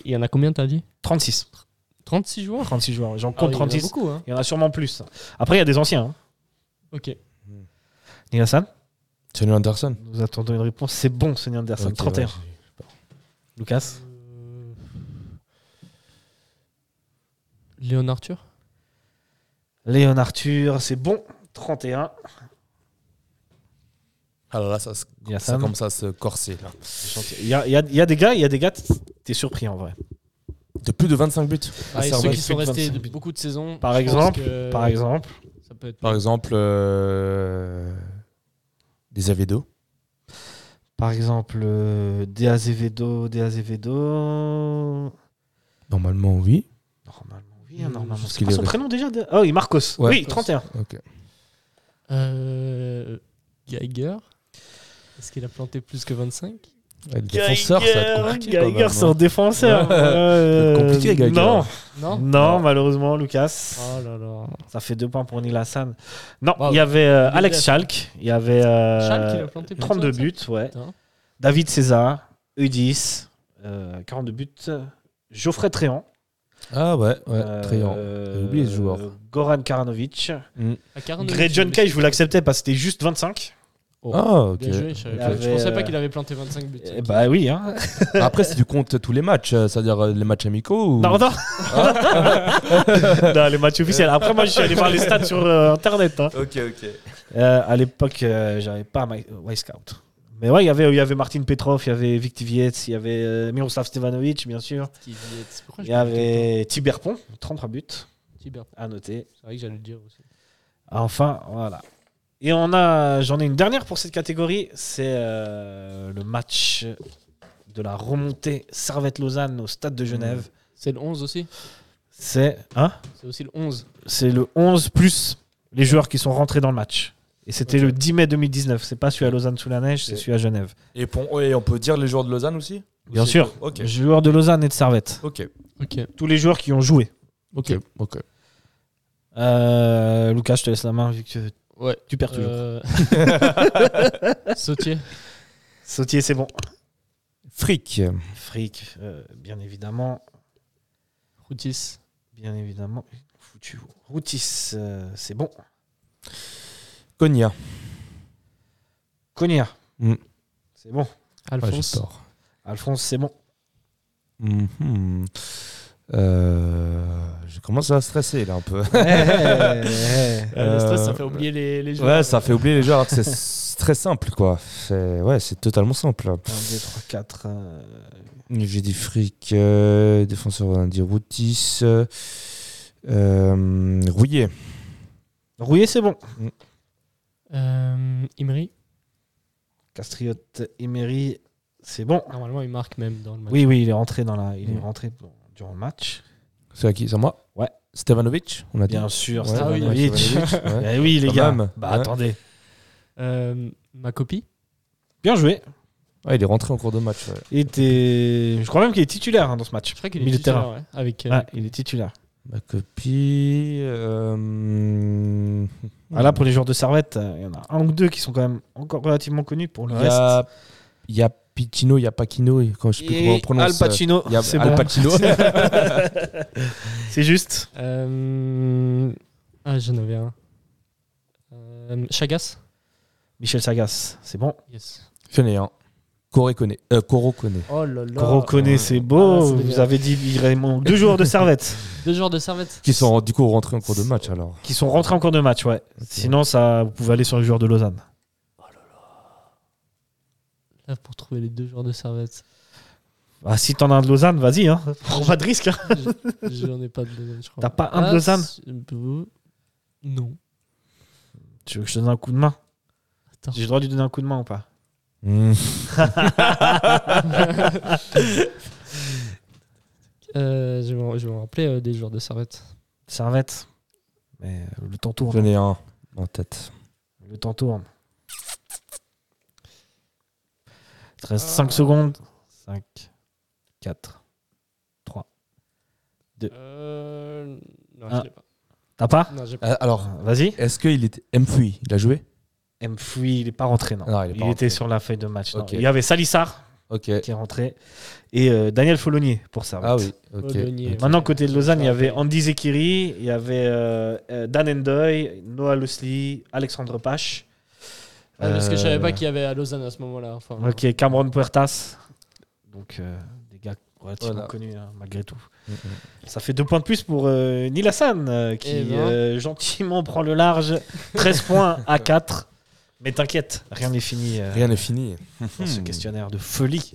[SPEAKER 6] Il y en a combien, t'as dit
[SPEAKER 4] 36.
[SPEAKER 6] 36 joueurs
[SPEAKER 4] 36 joueurs. J'en
[SPEAKER 6] Ah oui,
[SPEAKER 4] compte
[SPEAKER 6] il y en a
[SPEAKER 4] 36.
[SPEAKER 6] beaucoup, hein.
[SPEAKER 4] Ah Il y en a sûrement plus. Après, il y a des anciens. Hein.
[SPEAKER 6] Ok.
[SPEAKER 4] Nilassan,
[SPEAKER 5] Johnny Anderson.
[SPEAKER 4] nous attendons une réponse. C'est bon, Sonny Anderson.
[SPEAKER 5] Ok,
[SPEAKER 4] 31.
[SPEAKER 5] ouais, j'ai-
[SPEAKER 4] Lucas
[SPEAKER 6] Euh, Léon Arthur
[SPEAKER 4] Léon Arthur, c'est bon. 31.
[SPEAKER 5] Alors Ah là, ça, se-
[SPEAKER 4] Il y a
[SPEAKER 5] ça
[SPEAKER 4] Sam.
[SPEAKER 5] commence à se corser. Là.
[SPEAKER 4] Il y a, il y a- il y a des gars, il y a des gars, t'es surpris en vrai.
[SPEAKER 5] De plus de 25 buts. au
[SPEAKER 6] ah, et Ceux
[SPEAKER 5] Servette.
[SPEAKER 6] qui sont
[SPEAKER 4] plus de
[SPEAKER 6] restés
[SPEAKER 4] 25
[SPEAKER 6] de- beaucoup de saisons.
[SPEAKER 4] Par
[SPEAKER 6] je
[SPEAKER 4] exemple,
[SPEAKER 6] pense que
[SPEAKER 4] Par exemple,
[SPEAKER 6] Ça peut être
[SPEAKER 5] Par exemple, euh, des Avedo.
[SPEAKER 4] par exemple, euh, De Azevedo, De Azevedo.
[SPEAKER 5] Normalement, oui.
[SPEAKER 4] Normalement, oui, hein,
[SPEAKER 6] Hmm,
[SPEAKER 4] normalement.
[SPEAKER 5] parce
[SPEAKER 4] C'est
[SPEAKER 5] qu'il
[SPEAKER 4] quoi
[SPEAKER 5] est
[SPEAKER 4] son
[SPEAKER 5] resté-
[SPEAKER 4] prénom déjà De- Oh, oui, Marcos.
[SPEAKER 5] Ouais.
[SPEAKER 4] oui, 31.
[SPEAKER 6] Euh, Geiger Est-ce qu'il a planté plus que 25
[SPEAKER 5] Ouais, le défenseur, ça va être compliqué. quand même,
[SPEAKER 4] Geiger, c'est un
[SPEAKER 5] hein.
[SPEAKER 4] défenseur.
[SPEAKER 5] Ouais.
[SPEAKER 4] Euh,
[SPEAKER 5] C'est compliqué, Geiger.
[SPEAKER 4] Non,
[SPEAKER 6] Non
[SPEAKER 4] non, malheureusement, Lucas.
[SPEAKER 6] Oh là là.
[SPEAKER 4] Ça fait deux points pour Nilassan. Non,
[SPEAKER 6] Bravo.
[SPEAKER 4] il y avait euh,
[SPEAKER 6] Il est
[SPEAKER 4] Alex
[SPEAKER 6] bien.
[SPEAKER 4] Schalk. Il y avait euh,
[SPEAKER 6] Schalke, il a planté plus de
[SPEAKER 4] 32
[SPEAKER 6] 25.
[SPEAKER 4] buts, ouais.
[SPEAKER 6] Putain.
[SPEAKER 4] David César, Udis, euh, 42 buts. Geoffrey Tréant.
[SPEAKER 5] Ah ouais, ouais,
[SPEAKER 4] euh,
[SPEAKER 5] Tréant. J'ai oublié ce joueur.
[SPEAKER 4] Goran Karanovic.
[SPEAKER 6] À 49,
[SPEAKER 4] Greg John
[SPEAKER 6] mais-
[SPEAKER 4] Kay, je vous l'acceptais parce que c'était juste 25.
[SPEAKER 5] Ah, ok.
[SPEAKER 6] Bien joué, je, savais
[SPEAKER 4] Il
[SPEAKER 6] pas. Je
[SPEAKER 4] avait,
[SPEAKER 6] pensais
[SPEAKER 4] euh,
[SPEAKER 6] pas qu'il avait planté 25 buts.
[SPEAKER 4] Eh bah oui, hein.
[SPEAKER 5] Après, si tu comptes tous les matchs, euh, c'est-à-dire euh, les matchs amicaux ou...
[SPEAKER 4] Non, non.
[SPEAKER 5] Ah.
[SPEAKER 4] Non, les matchs officiels. Après, moi, je suis allé voir les stats sur euh, Internet. hein.
[SPEAKER 5] Ok, ok.
[SPEAKER 4] Euh, à l'époque, euh, j'avais pas my, Scout. Mais ouais, il y avait- il y avait Martin Petrov, il y avait Victor Vietz, il y avait euh, Miroslav Stevanovic, bien sûr.
[SPEAKER 6] Qui- c'est- pourquoi
[SPEAKER 4] Il
[SPEAKER 6] je
[SPEAKER 4] y
[SPEAKER 6] me rappelle
[SPEAKER 4] avait Tiberpont, 33 buts
[SPEAKER 6] pas de Tiber.
[SPEAKER 4] à noter.
[SPEAKER 6] C'est vrai que j'allais le dire aussi.
[SPEAKER 4] Enfin, voilà. Et on a, j'en ai une dernière pour cette catégorie, c'est euh, le match de la remontée Servette-Lausanne au stade de Genève.
[SPEAKER 6] C'est le 11 aussi
[SPEAKER 4] C'est hein
[SPEAKER 6] C'est aussi le 11.
[SPEAKER 4] c'est le 11 plus les joueurs qui sont rentrés dans le match. Et c'était
[SPEAKER 6] Ok.
[SPEAKER 4] le 10 mai 2019. C'est pas celui à Lausanne sous la neige, c'est
[SPEAKER 5] Ok.
[SPEAKER 4] celui à Genève.
[SPEAKER 5] Et, pon- ouais, et on peut dire les joueurs de Lausanne aussi
[SPEAKER 4] Bien sûr.
[SPEAKER 5] Ok,
[SPEAKER 4] Joueurs de Lausanne et de Servette.
[SPEAKER 5] ok,
[SPEAKER 6] Ok.
[SPEAKER 4] Tous les joueurs qui ont joué.
[SPEAKER 5] ok, ok.
[SPEAKER 4] Euh, Lucas, je te laisse la main vu que
[SPEAKER 6] Ouais.
[SPEAKER 4] tu perds toujours.
[SPEAKER 6] Euh... Sautier.
[SPEAKER 4] Sautier, c'est bon.
[SPEAKER 5] Frick.
[SPEAKER 4] Frick, euh, bien évidemment.
[SPEAKER 6] Routis.
[SPEAKER 4] Bien évidemment. Foutu. Routis, euh, c'est bon.
[SPEAKER 5] Konya.
[SPEAKER 4] Cogna,
[SPEAKER 5] Mm.
[SPEAKER 4] c'est bon.
[SPEAKER 6] Alphonse.
[SPEAKER 4] Alphonse, c'est bon.
[SPEAKER 5] Mhm. Euh, je commence à stresser là un peu.
[SPEAKER 6] Euh, le stress, ça
[SPEAKER 5] Euh,
[SPEAKER 6] fait oublier les, les joueurs.
[SPEAKER 5] Ouais, ça fait oublier les joueurs alors que c'est s- très simple quoi. C'est- Ouais, c'est totalement simple.
[SPEAKER 4] 1, 2, 3, 4. euh,
[SPEAKER 5] J'ai dit Frick, euh, défenseur, on a dit Routis, euh, euh, Rouillet.
[SPEAKER 4] Rouillé, c'est bon.
[SPEAKER 6] Euh, Imri.
[SPEAKER 4] Castriote, Emery, c'est bon.
[SPEAKER 6] Normalement, il marque même dans le match.
[SPEAKER 4] Oui, oui, il est rentré dans la, il est
[SPEAKER 5] Mm.
[SPEAKER 4] rentré dans- durant le match.
[SPEAKER 5] C'est à qui C'est à moi
[SPEAKER 4] Ouais.
[SPEAKER 5] Stevanovic, on a dit.
[SPEAKER 4] Bien sûr,
[SPEAKER 5] Ouais,
[SPEAKER 4] Stevanovic.
[SPEAKER 5] ouais, Stevanovic, ouais.
[SPEAKER 4] Eh oui, les
[SPEAKER 5] Quand
[SPEAKER 4] gars.
[SPEAKER 5] même.
[SPEAKER 4] Bah
[SPEAKER 5] Ouais.
[SPEAKER 4] attendez.
[SPEAKER 6] Euh, ma copie.
[SPEAKER 4] Bien joué.
[SPEAKER 5] Ah, il est rentré en cours de match. ouais.
[SPEAKER 4] Il était... Je crois même qu'il est titulaire hein, dans ce match.
[SPEAKER 6] Je crois qu'il est
[SPEAKER 4] Milieu de
[SPEAKER 6] titulaire,
[SPEAKER 4] terrain.
[SPEAKER 6] ouais, avec euh,
[SPEAKER 4] Ouais, il est titulaire.
[SPEAKER 5] Ma copie. euh,
[SPEAKER 4] Ah, là, pour les joueurs de Servette, euh, il y en a un ou deux qui sont quand même encore relativement connus pour le
[SPEAKER 5] Il y
[SPEAKER 4] reste.
[SPEAKER 5] a, il y a Picino, il y a Pacino, et quand je sais plus comment on
[SPEAKER 4] Et Al
[SPEAKER 5] prononce. euh,
[SPEAKER 4] Pacino,
[SPEAKER 5] Il y a
[SPEAKER 4] c'est
[SPEAKER 5] Al
[SPEAKER 4] bon.
[SPEAKER 5] Pacino.
[SPEAKER 4] C'est juste.
[SPEAKER 6] Euh, Ah, j'en avais un. Euh, Chagas
[SPEAKER 4] Michel Sagas, c'est bon.
[SPEAKER 6] Yes.
[SPEAKER 5] J'en ai un. Coro hein. connaît. Euh, Coro connaît.
[SPEAKER 6] Oh là là.
[SPEAKER 4] Qu'on reconnaît, c'est
[SPEAKER 6] Ah,
[SPEAKER 4] beau.
[SPEAKER 6] c'est
[SPEAKER 4] Vous
[SPEAKER 6] bien.
[SPEAKER 4] avez dit il manque deux joueurs de Servette
[SPEAKER 6] Deux joueurs de Servette.
[SPEAKER 5] Qui sont du coup rentrés en cours de match alors.
[SPEAKER 4] qui sont rentrés en cours de match, ouais. Sinon, ça, vous pouvez aller sur les joueurs de Lausanne.
[SPEAKER 6] Là, pour trouver les deux joueurs de Servette.
[SPEAKER 4] Ah, si t'en as un de Lausanne, vas-y, hein. prends pas de risque. hein.
[SPEAKER 6] Je- J'en ai pas de Lausanne, je crois.
[SPEAKER 4] T'as pas un de Lausanne
[SPEAKER 6] c'est- euh, Non.
[SPEAKER 4] Tu veux que je te donne un coup de main
[SPEAKER 6] Attends.
[SPEAKER 4] J'ai le droit de lui donner un coup de main ou pas
[SPEAKER 5] Hmm.
[SPEAKER 6] Euh, je vais m'en- je vais me rappeler euh, des joueurs de Servette.
[SPEAKER 4] Servette. Mais euh, le temps tourne.
[SPEAKER 5] J'en ai un hein. en tête.
[SPEAKER 4] Le temps tourne. Il te reste 5 secondes. 5, 4.
[SPEAKER 6] Euh, non,
[SPEAKER 4] Ah.
[SPEAKER 6] je l'ai pas.
[SPEAKER 4] T'as pas
[SPEAKER 6] Non, j'ai pas.
[SPEAKER 5] Euh, Alors,
[SPEAKER 4] Vas-y.
[SPEAKER 5] est-ce qu'il était Mfui Il a joué
[SPEAKER 4] Mfoui, il est pas rentré, non.
[SPEAKER 5] Non, il est
[SPEAKER 4] il
[SPEAKER 5] pas rentré.
[SPEAKER 4] était sur la feuille de match. non.
[SPEAKER 5] Ok.
[SPEAKER 4] Il y avait Salissar
[SPEAKER 5] Ok.
[SPEAKER 4] qui est rentré et euh, Daniel Folonier pour Servette.
[SPEAKER 5] Ah oui,
[SPEAKER 4] Oh,
[SPEAKER 5] ok.
[SPEAKER 6] Polonier.
[SPEAKER 4] Maintenant, côté de Lausanne, il y avait Andy Zekiri, il y avait euh, euh, Dan Endoy, Noah Leslie, Alexandre Pache.
[SPEAKER 6] Ah, parce que je savais
[SPEAKER 4] Euh,
[SPEAKER 6] pas qu'il y avait à Lausanne à ce moment-là. Enfin,
[SPEAKER 4] Ok, Cameron Puertas. Donc, euh, des gars relativement
[SPEAKER 5] Voilà.
[SPEAKER 4] connus, hein, malgré tout.
[SPEAKER 5] Mhm.
[SPEAKER 4] Ça fait deux points de plus pour euh, Neil Hassan, euh, qui
[SPEAKER 6] Eh ben.
[SPEAKER 4] euh, gentiment prend le large. 13 points à 4. Mais t'inquiète, rien n'est fini euh,
[SPEAKER 5] Rien n'est fini.
[SPEAKER 4] dans ce questionnaire de folie,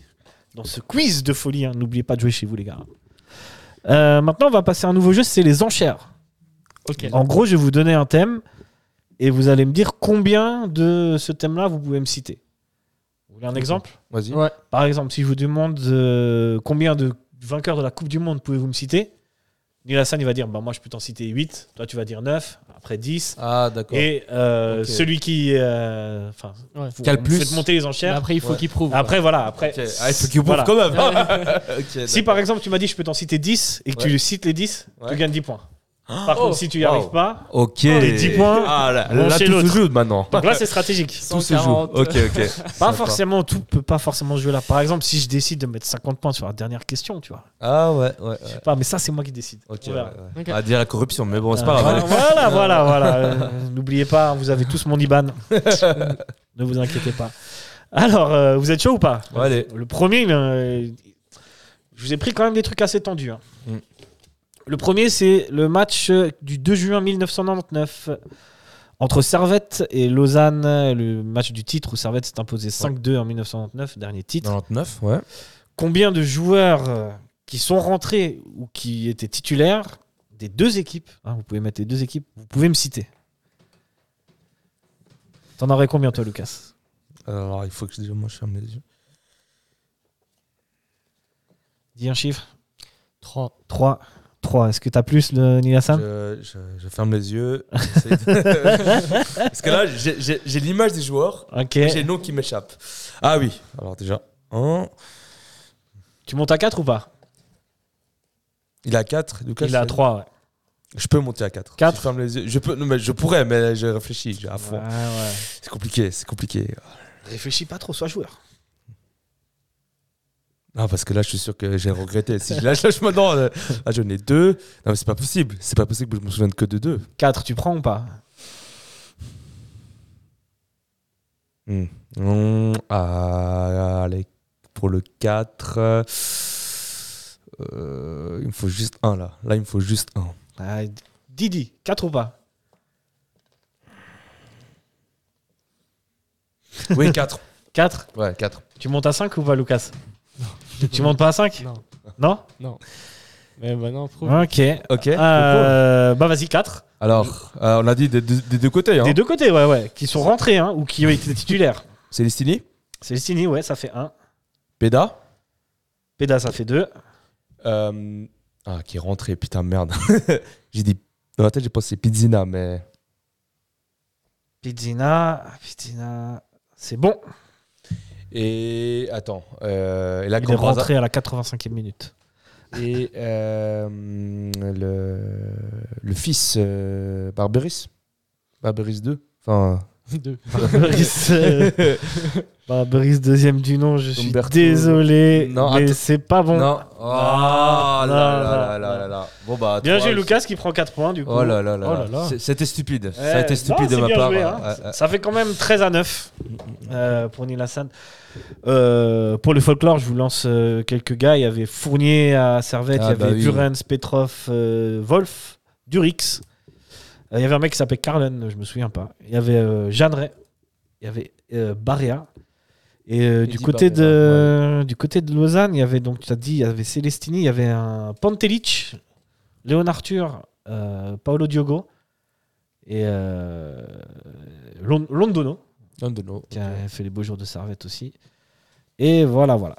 [SPEAKER 4] dans ce quiz de folie. hein. N'oubliez pas de jouer chez vous, les gars. Euh, maintenant, on va passer à un nouveau jeu, c'est les enchères.
[SPEAKER 6] Ok.
[SPEAKER 4] En gros, je vais vous donner un thème et vous allez me dire combien de ce thème-là vous pouvez me citer. Vous voulez un exemple
[SPEAKER 5] Vas-y.
[SPEAKER 6] Ouais.
[SPEAKER 4] par exemple, si je vous demande euh, combien de vainqueurs de la Coupe du Monde pouvez-vous me citer Neil Hassan, il va dire bah, Moi, je peux t'en citer 8. Toi, tu vas dire 9. Après 10.
[SPEAKER 5] Ah, d'accord.
[SPEAKER 4] Et euh,
[SPEAKER 5] Ok.
[SPEAKER 4] celui qui. euh, Enfin,
[SPEAKER 6] Ouais.
[SPEAKER 4] vous-
[SPEAKER 5] Qui a le
[SPEAKER 4] vous
[SPEAKER 5] plus
[SPEAKER 4] faites monter les
[SPEAKER 6] Mais
[SPEAKER 4] enchères.
[SPEAKER 6] après, il faut
[SPEAKER 5] Ouais.
[SPEAKER 6] qu'il prouve. quoi.
[SPEAKER 4] Après, voilà. Après,
[SPEAKER 5] Ok. Ah, il faut qu'il bouffe
[SPEAKER 4] voilà.
[SPEAKER 5] quand même. Ok,
[SPEAKER 4] Si par exemple, tu m'as dit Je peux t'en citer 10 et que tu
[SPEAKER 5] Ouais.
[SPEAKER 4] cites les 10, tu
[SPEAKER 5] Ouais.
[SPEAKER 4] gagnes 10 points. Par
[SPEAKER 5] Oh.
[SPEAKER 4] contre, si tu n'y
[SPEAKER 5] Wow.
[SPEAKER 4] arrives pas.
[SPEAKER 5] Ok.
[SPEAKER 4] Les 10 points
[SPEAKER 5] Ah, là,
[SPEAKER 4] vont
[SPEAKER 5] là,
[SPEAKER 4] chez
[SPEAKER 5] tout se
[SPEAKER 4] l'autre.
[SPEAKER 5] joue maintenant.
[SPEAKER 4] Donc là, c'est stratégique.
[SPEAKER 5] Tout se joue.
[SPEAKER 6] 140.
[SPEAKER 5] Ok, ok.
[SPEAKER 4] Pas
[SPEAKER 5] Sympa.
[SPEAKER 4] forcément, tout peut pas forcément se jouer là. Par exemple, si je décide de mettre 50 points sur la dernière question, tu vois.
[SPEAKER 5] Ah, ouais, ouais.
[SPEAKER 4] Je
[SPEAKER 5] ouais.
[SPEAKER 4] sais pas, mais ça, c'est moi qui décide.
[SPEAKER 5] Ok.
[SPEAKER 4] On
[SPEAKER 5] Ouais,
[SPEAKER 4] verra.
[SPEAKER 5] ouais.
[SPEAKER 6] Ok.
[SPEAKER 5] On va dire la corruption, mais bon, c'est
[SPEAKER 4] Euh,
[SPEAKER 5] pas grave. allez.
[SPEAKER 4] Voilà, voilà, voilà. Euh, N'oubliez pas, vous avez tous mon IBAN. ne vous inquiétez pas. Alors, euh, vous êtes chaud ou pas
[SPEAKER 5] Ouais, allez.
[SPEAKER 4] Le premier, euh, je vous ai pris quand même des trucs assez tendus. hein.
[SPEAKER 5] Mm.
[SPEAKER 4] Le premier, c'est le match euh, du 2 juin 1999 entre Servette et Lausanne, le match du titre où Servette s'est imposé 5-2 en 1999, dernier titre.
[SPEAKER 5] 99, ouais.
[SPEAKER 4] Combien de joueurs euh, qui sont rentrés ou qui étaient titulaires des deux équipes hein, Vous pouvez mettre les deux équipes, vous pouvez me citer. T'en aurais combien, toi, Lucas
[SPEAKER 5] Alors, il faut que je déjà, moi, je ferme les yeux.
[SPEAKER 4] Dis un chiffre
[SPEAKER 6] 3.
[SPEAKER 4] 3. 3. Est-ce que t'as plus, le Nilassan
[SPEAKER 5] Je, je- je ferme les yeux. j'essaie de- Parce que là, j'ai- j'ai j'ai l'image des joueurs.
[SPEAKER 4] Ok.
[SPEAKER 5] J'ai le nom qui m'échappe. Ah oui. Alors, déjà, 1.
[SPEAKER 4] Tu montes à 4 ou pas
[SPEAKER 5] Il a 4. Lucas,
[SPEAKER 4] Il a
[SPEAKER 5] c'est-
[SPEAKER 4] 3, ouais.
[SPEAKER 5] Je peux monter à 4.
[SPEAKER 4] Quatre.
[SPEAKER 5] Je ferme les yeux. Je, peux, non, mais je pourrais, mais j'ai réfléchi j'ai à fond.
[SPEAKER 4] Ouais, Ah, ouais.
[SPEAKER 5] C'est compliqué, c'est compliqué.
[SPEAKER 4] Réfléchis pas trop, sois joueur.
[SPEAKER 5] Non, parce que là, je suis sûr que j'ai regretté. Si je lâche, lâche maintenant, euh, ah, j'en ai deux. Non, mais c'est pas possible. C'est pas possible que je me souvienne que de deux.
[SPEAKER 4] 4, tu prends ou pas
[SPEAKER 5] Hmm. Hmm, ah, allez, pour le 4, euh, euh, il me faut juste un là. Là, il me faut juste un.
[SPEAKER 4] Ah, Didi, 4 ou pas
[SPEAKER 5] Oui, 4.
[SPEAKER 4] 4
[SPEAKER 5] Ouais, 4.
[SPEAKER 4] Tu montes à 5 ou pas, Lucas Tu montes pas à 5
[SPEAKER 6] Non.
[SPEAKER 4] Non
[SPEAKER 6] Mais
[SPEAKER 5] bah
[SPEAKER 6] maintenant, prouve.
[SPEAKER 4] Ok.
[SPEAKER 5] Ok.
[SPEAKER 4] Euh, bah vas-y, 4.
[SPEAKER 5] Alors, euh, on a dit des deux, des deux côtés. Hein.
[SPEAKER 4] Des deux côtés, ouais, ouais. Qui sont rentrés, hein, ou qui ont été titulaires.
[SPEAKER 5] Celestini,
[SPEAKER 4] Celestini, ouais, ça fait 1.
[SPEAKER 5] Peda.
[SPEAKER 4] Peda, ça fait 2.
[SPEAKER 5] euh, ah, qui est rentré. Putain, merde. j'ai dit. Dans ma tête, j'ai pensé Pizzina, mais.
[SPEAKER 4] Pizzina, Pizzina, c'est bon.
[SPEAKER 5] Et. Attends. Euh, et là,
[SPEAKER 4] Il est
[SPEAKER 5] comme par hasard-
[SPEAKER 4] rentré à la 85e minute.
[SPEAKER 5] Et euh, le, le fils euh, Barberis. Barberis 2. Enfin,
[SPEAKER 6] Deux.
[SPEAKER 4] Barberis, euh, Barberis, deuxième du nom, je suis
[SPEAKER 5] Umberto.
[SPEAKER 4] désolé,
[SPEAKER 5] Non,
[SPEAKER 4] mais
[SPEAKER 5] attends.
[SPEAKER 4] c'est pas bon.
[SPEAKER 5] Non. Oh là
[SPEAKER 4] non, non,
[SPEAKER 5] là là là
[SPEAKER 4] non.
[SPEAKER 5] là là. Bon bah.
[SPEAKER 4] Bien
[SPEAKER 5] trois,
[SPEAKER 4] joué Lucas qui prend 4 points du coup.
[SPEAKER 5] Oh là là
[SPEAKER 6] Oh
[SPEAKER 5] là.
[SPEAKER 6] là
[SPEAKER 5] là.
[SPEAKER 6] là.
[SPEAKER 5] C'est- C'était stupide.
[SPEAKER 4] Ouais,
[SPEAKER 5] Ça a été
[SPEAKER 4] Eh, non,
[SPEAKER 5] stupide
[SPEAKER 4] c'est
[SPEAKER 5] de ma
[SPEAKER 4] bien
[SPEAKER 5] part.
[SPEAKER 4] joué,
[SPEAKER 5] ouais,
[SPEAKER 4] hein.
[SPEAKER 5] ouais, ouais.
[SPEAKER 4] Ça fait quand même 13 à 9 euh, pour Nilassan. Euh, pour le folklore, je vous lance euh, quelques gars. Il y avait Fournier à Servette,
[SPEAKER 5] Ah,
[SPEAKER 4] il y
[SPEAKER 5] bah
[SPEAKER 4] avait
[SPEAKER 5] oui.
[SPEAKER 4] Durens, Petrov, euh, Wolf, Durix. Euh, il y avait un mec qui s'appelait Carlen, je me souviens pas. Il y avait euh, Jeanneret, il y avait euh, Barrea. Et euh, du,
[SPEAKER 5] Eddie
[SPEAKER 4] côté
[SPEAKER 5] Barrea,
[SPEAKER 4] de, du côté de Lausanne, il y avait, donc tu as dit, il y avait Celestini, il y avait un Pantelic, Léon Arthur, euh, Paolo Diogo et euh, Lon- Londono,
[SPEAKER 5] Non, de l'eau.
[SPEAKER 4] qui a fait les beaux jours de Servette aussi. Et voilà, voilà.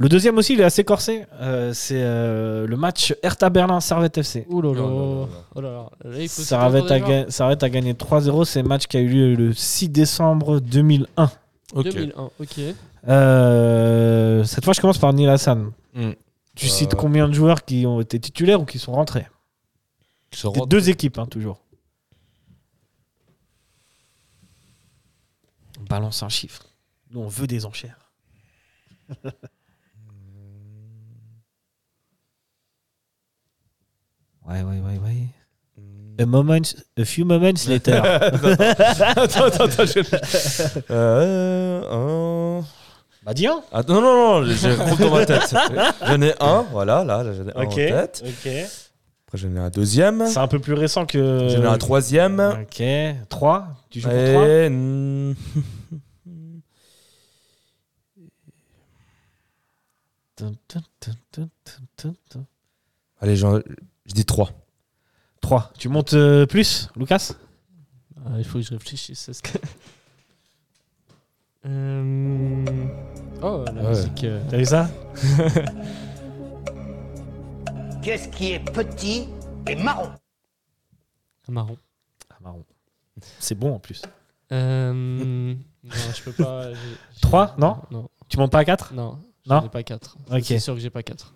[SPEAKER 4] Le deuxième aussi, il est assez corsé. Euh, c'est euh, le match Hertha Berlin-Servette FC.
[SPEAKER 6] Ouh là
[SPEAKER 5] Oh
[SPEAKER 6] là.
[SPEAKER 5] là là.
[SPEAKER 6] Oh là là. Là, il faut se
[SPEAKER 4] Servette
[SPEAKER 6] prendre
[SPEAKER 4] a,
[SPEAKER 6] déjà.
[SPEAKER 4] ga- Servette a gagné 3-0. C'est un match qui a eu lieu le 6 décembre 2001.
[SPEAKER 5] Ok.
[SPEAKER 6] 2001, ok.
[SPEAKER 4] Euh, cette fois, je commence par Neil Hassan.
[SPEAKER 5] Hmm.
[SPEAKER 4] Tu
[SPEAKER 5] Euh,
[SPEAKER 4] cites combien de joueurs qui ont été titulaires ou qui sont rentrés
[SPEAKER 5] Qui se
[SPEAKER 4] Des
[SPEAKER 5] rentre.
[SPEAKER 4] Deux équipes, hein, toujours. Balance un chiffre. Nous, on veut des enchères. Ouais, ouais, ouais, ouais. A, moment, a few moments later.
[SPEAKER 5] attends, attends, attends. je- Euh, un.
[SPEAKER 4] bah, dis un.
[SPEAKER 5] Ah, non, non, non, je- je compte dans ma tête. J'en ai un, voilà, là, j'en ai un en tête.
[SPEAKER 4] ok.
[SPEAKER 5] Après, j'en ai un deuxième.
[SPEAKER 4] C'est un peu plus récent que.
[SPEAKER 5] J'en ai un troisième.
[SPEAKER 4] Ok. 3. Tu joues pour trois
[SPEAKER 5] Et. hmm,
[SPEAKER 4] Tun, tun, tun, tun, tun, tun, tun.
[SPEAKER 5] Allez, j'en- je dis trois.
[SPEAKER 4] 3. Tu montes euh, plus, Lucas
[SPEAKER 6] Ah, il faut que je réfléchisse. Est-ce que... Euh, Oh, la
[SPEAKER 5] Ouais.
[SPEAKER 6] musique. euh,
[SPEAKER 4] T'as vu ça
[SPEAKER 1] Qu'est-ce qui est petit et marron
[SPEAKER 6] marron.
[SPEAKER 4] Ah, marron. C'est bon en plus.
[SPEAKER 6] Euh, non, je peux pas. j'ai- j'ai-
[SPEAKER 4] Trois, non
[SPEAKER 6] Non,
[SPEAKER 4] Tu montes pas à 4
[SPEAKER 6] non.
[SPEAKER 4] Non
[SPEAKER 6] J'en ai pas 4.
[SPEAKER 4] Ok.
[SPEAKER 6] C'est sûr que j'ai pas 4.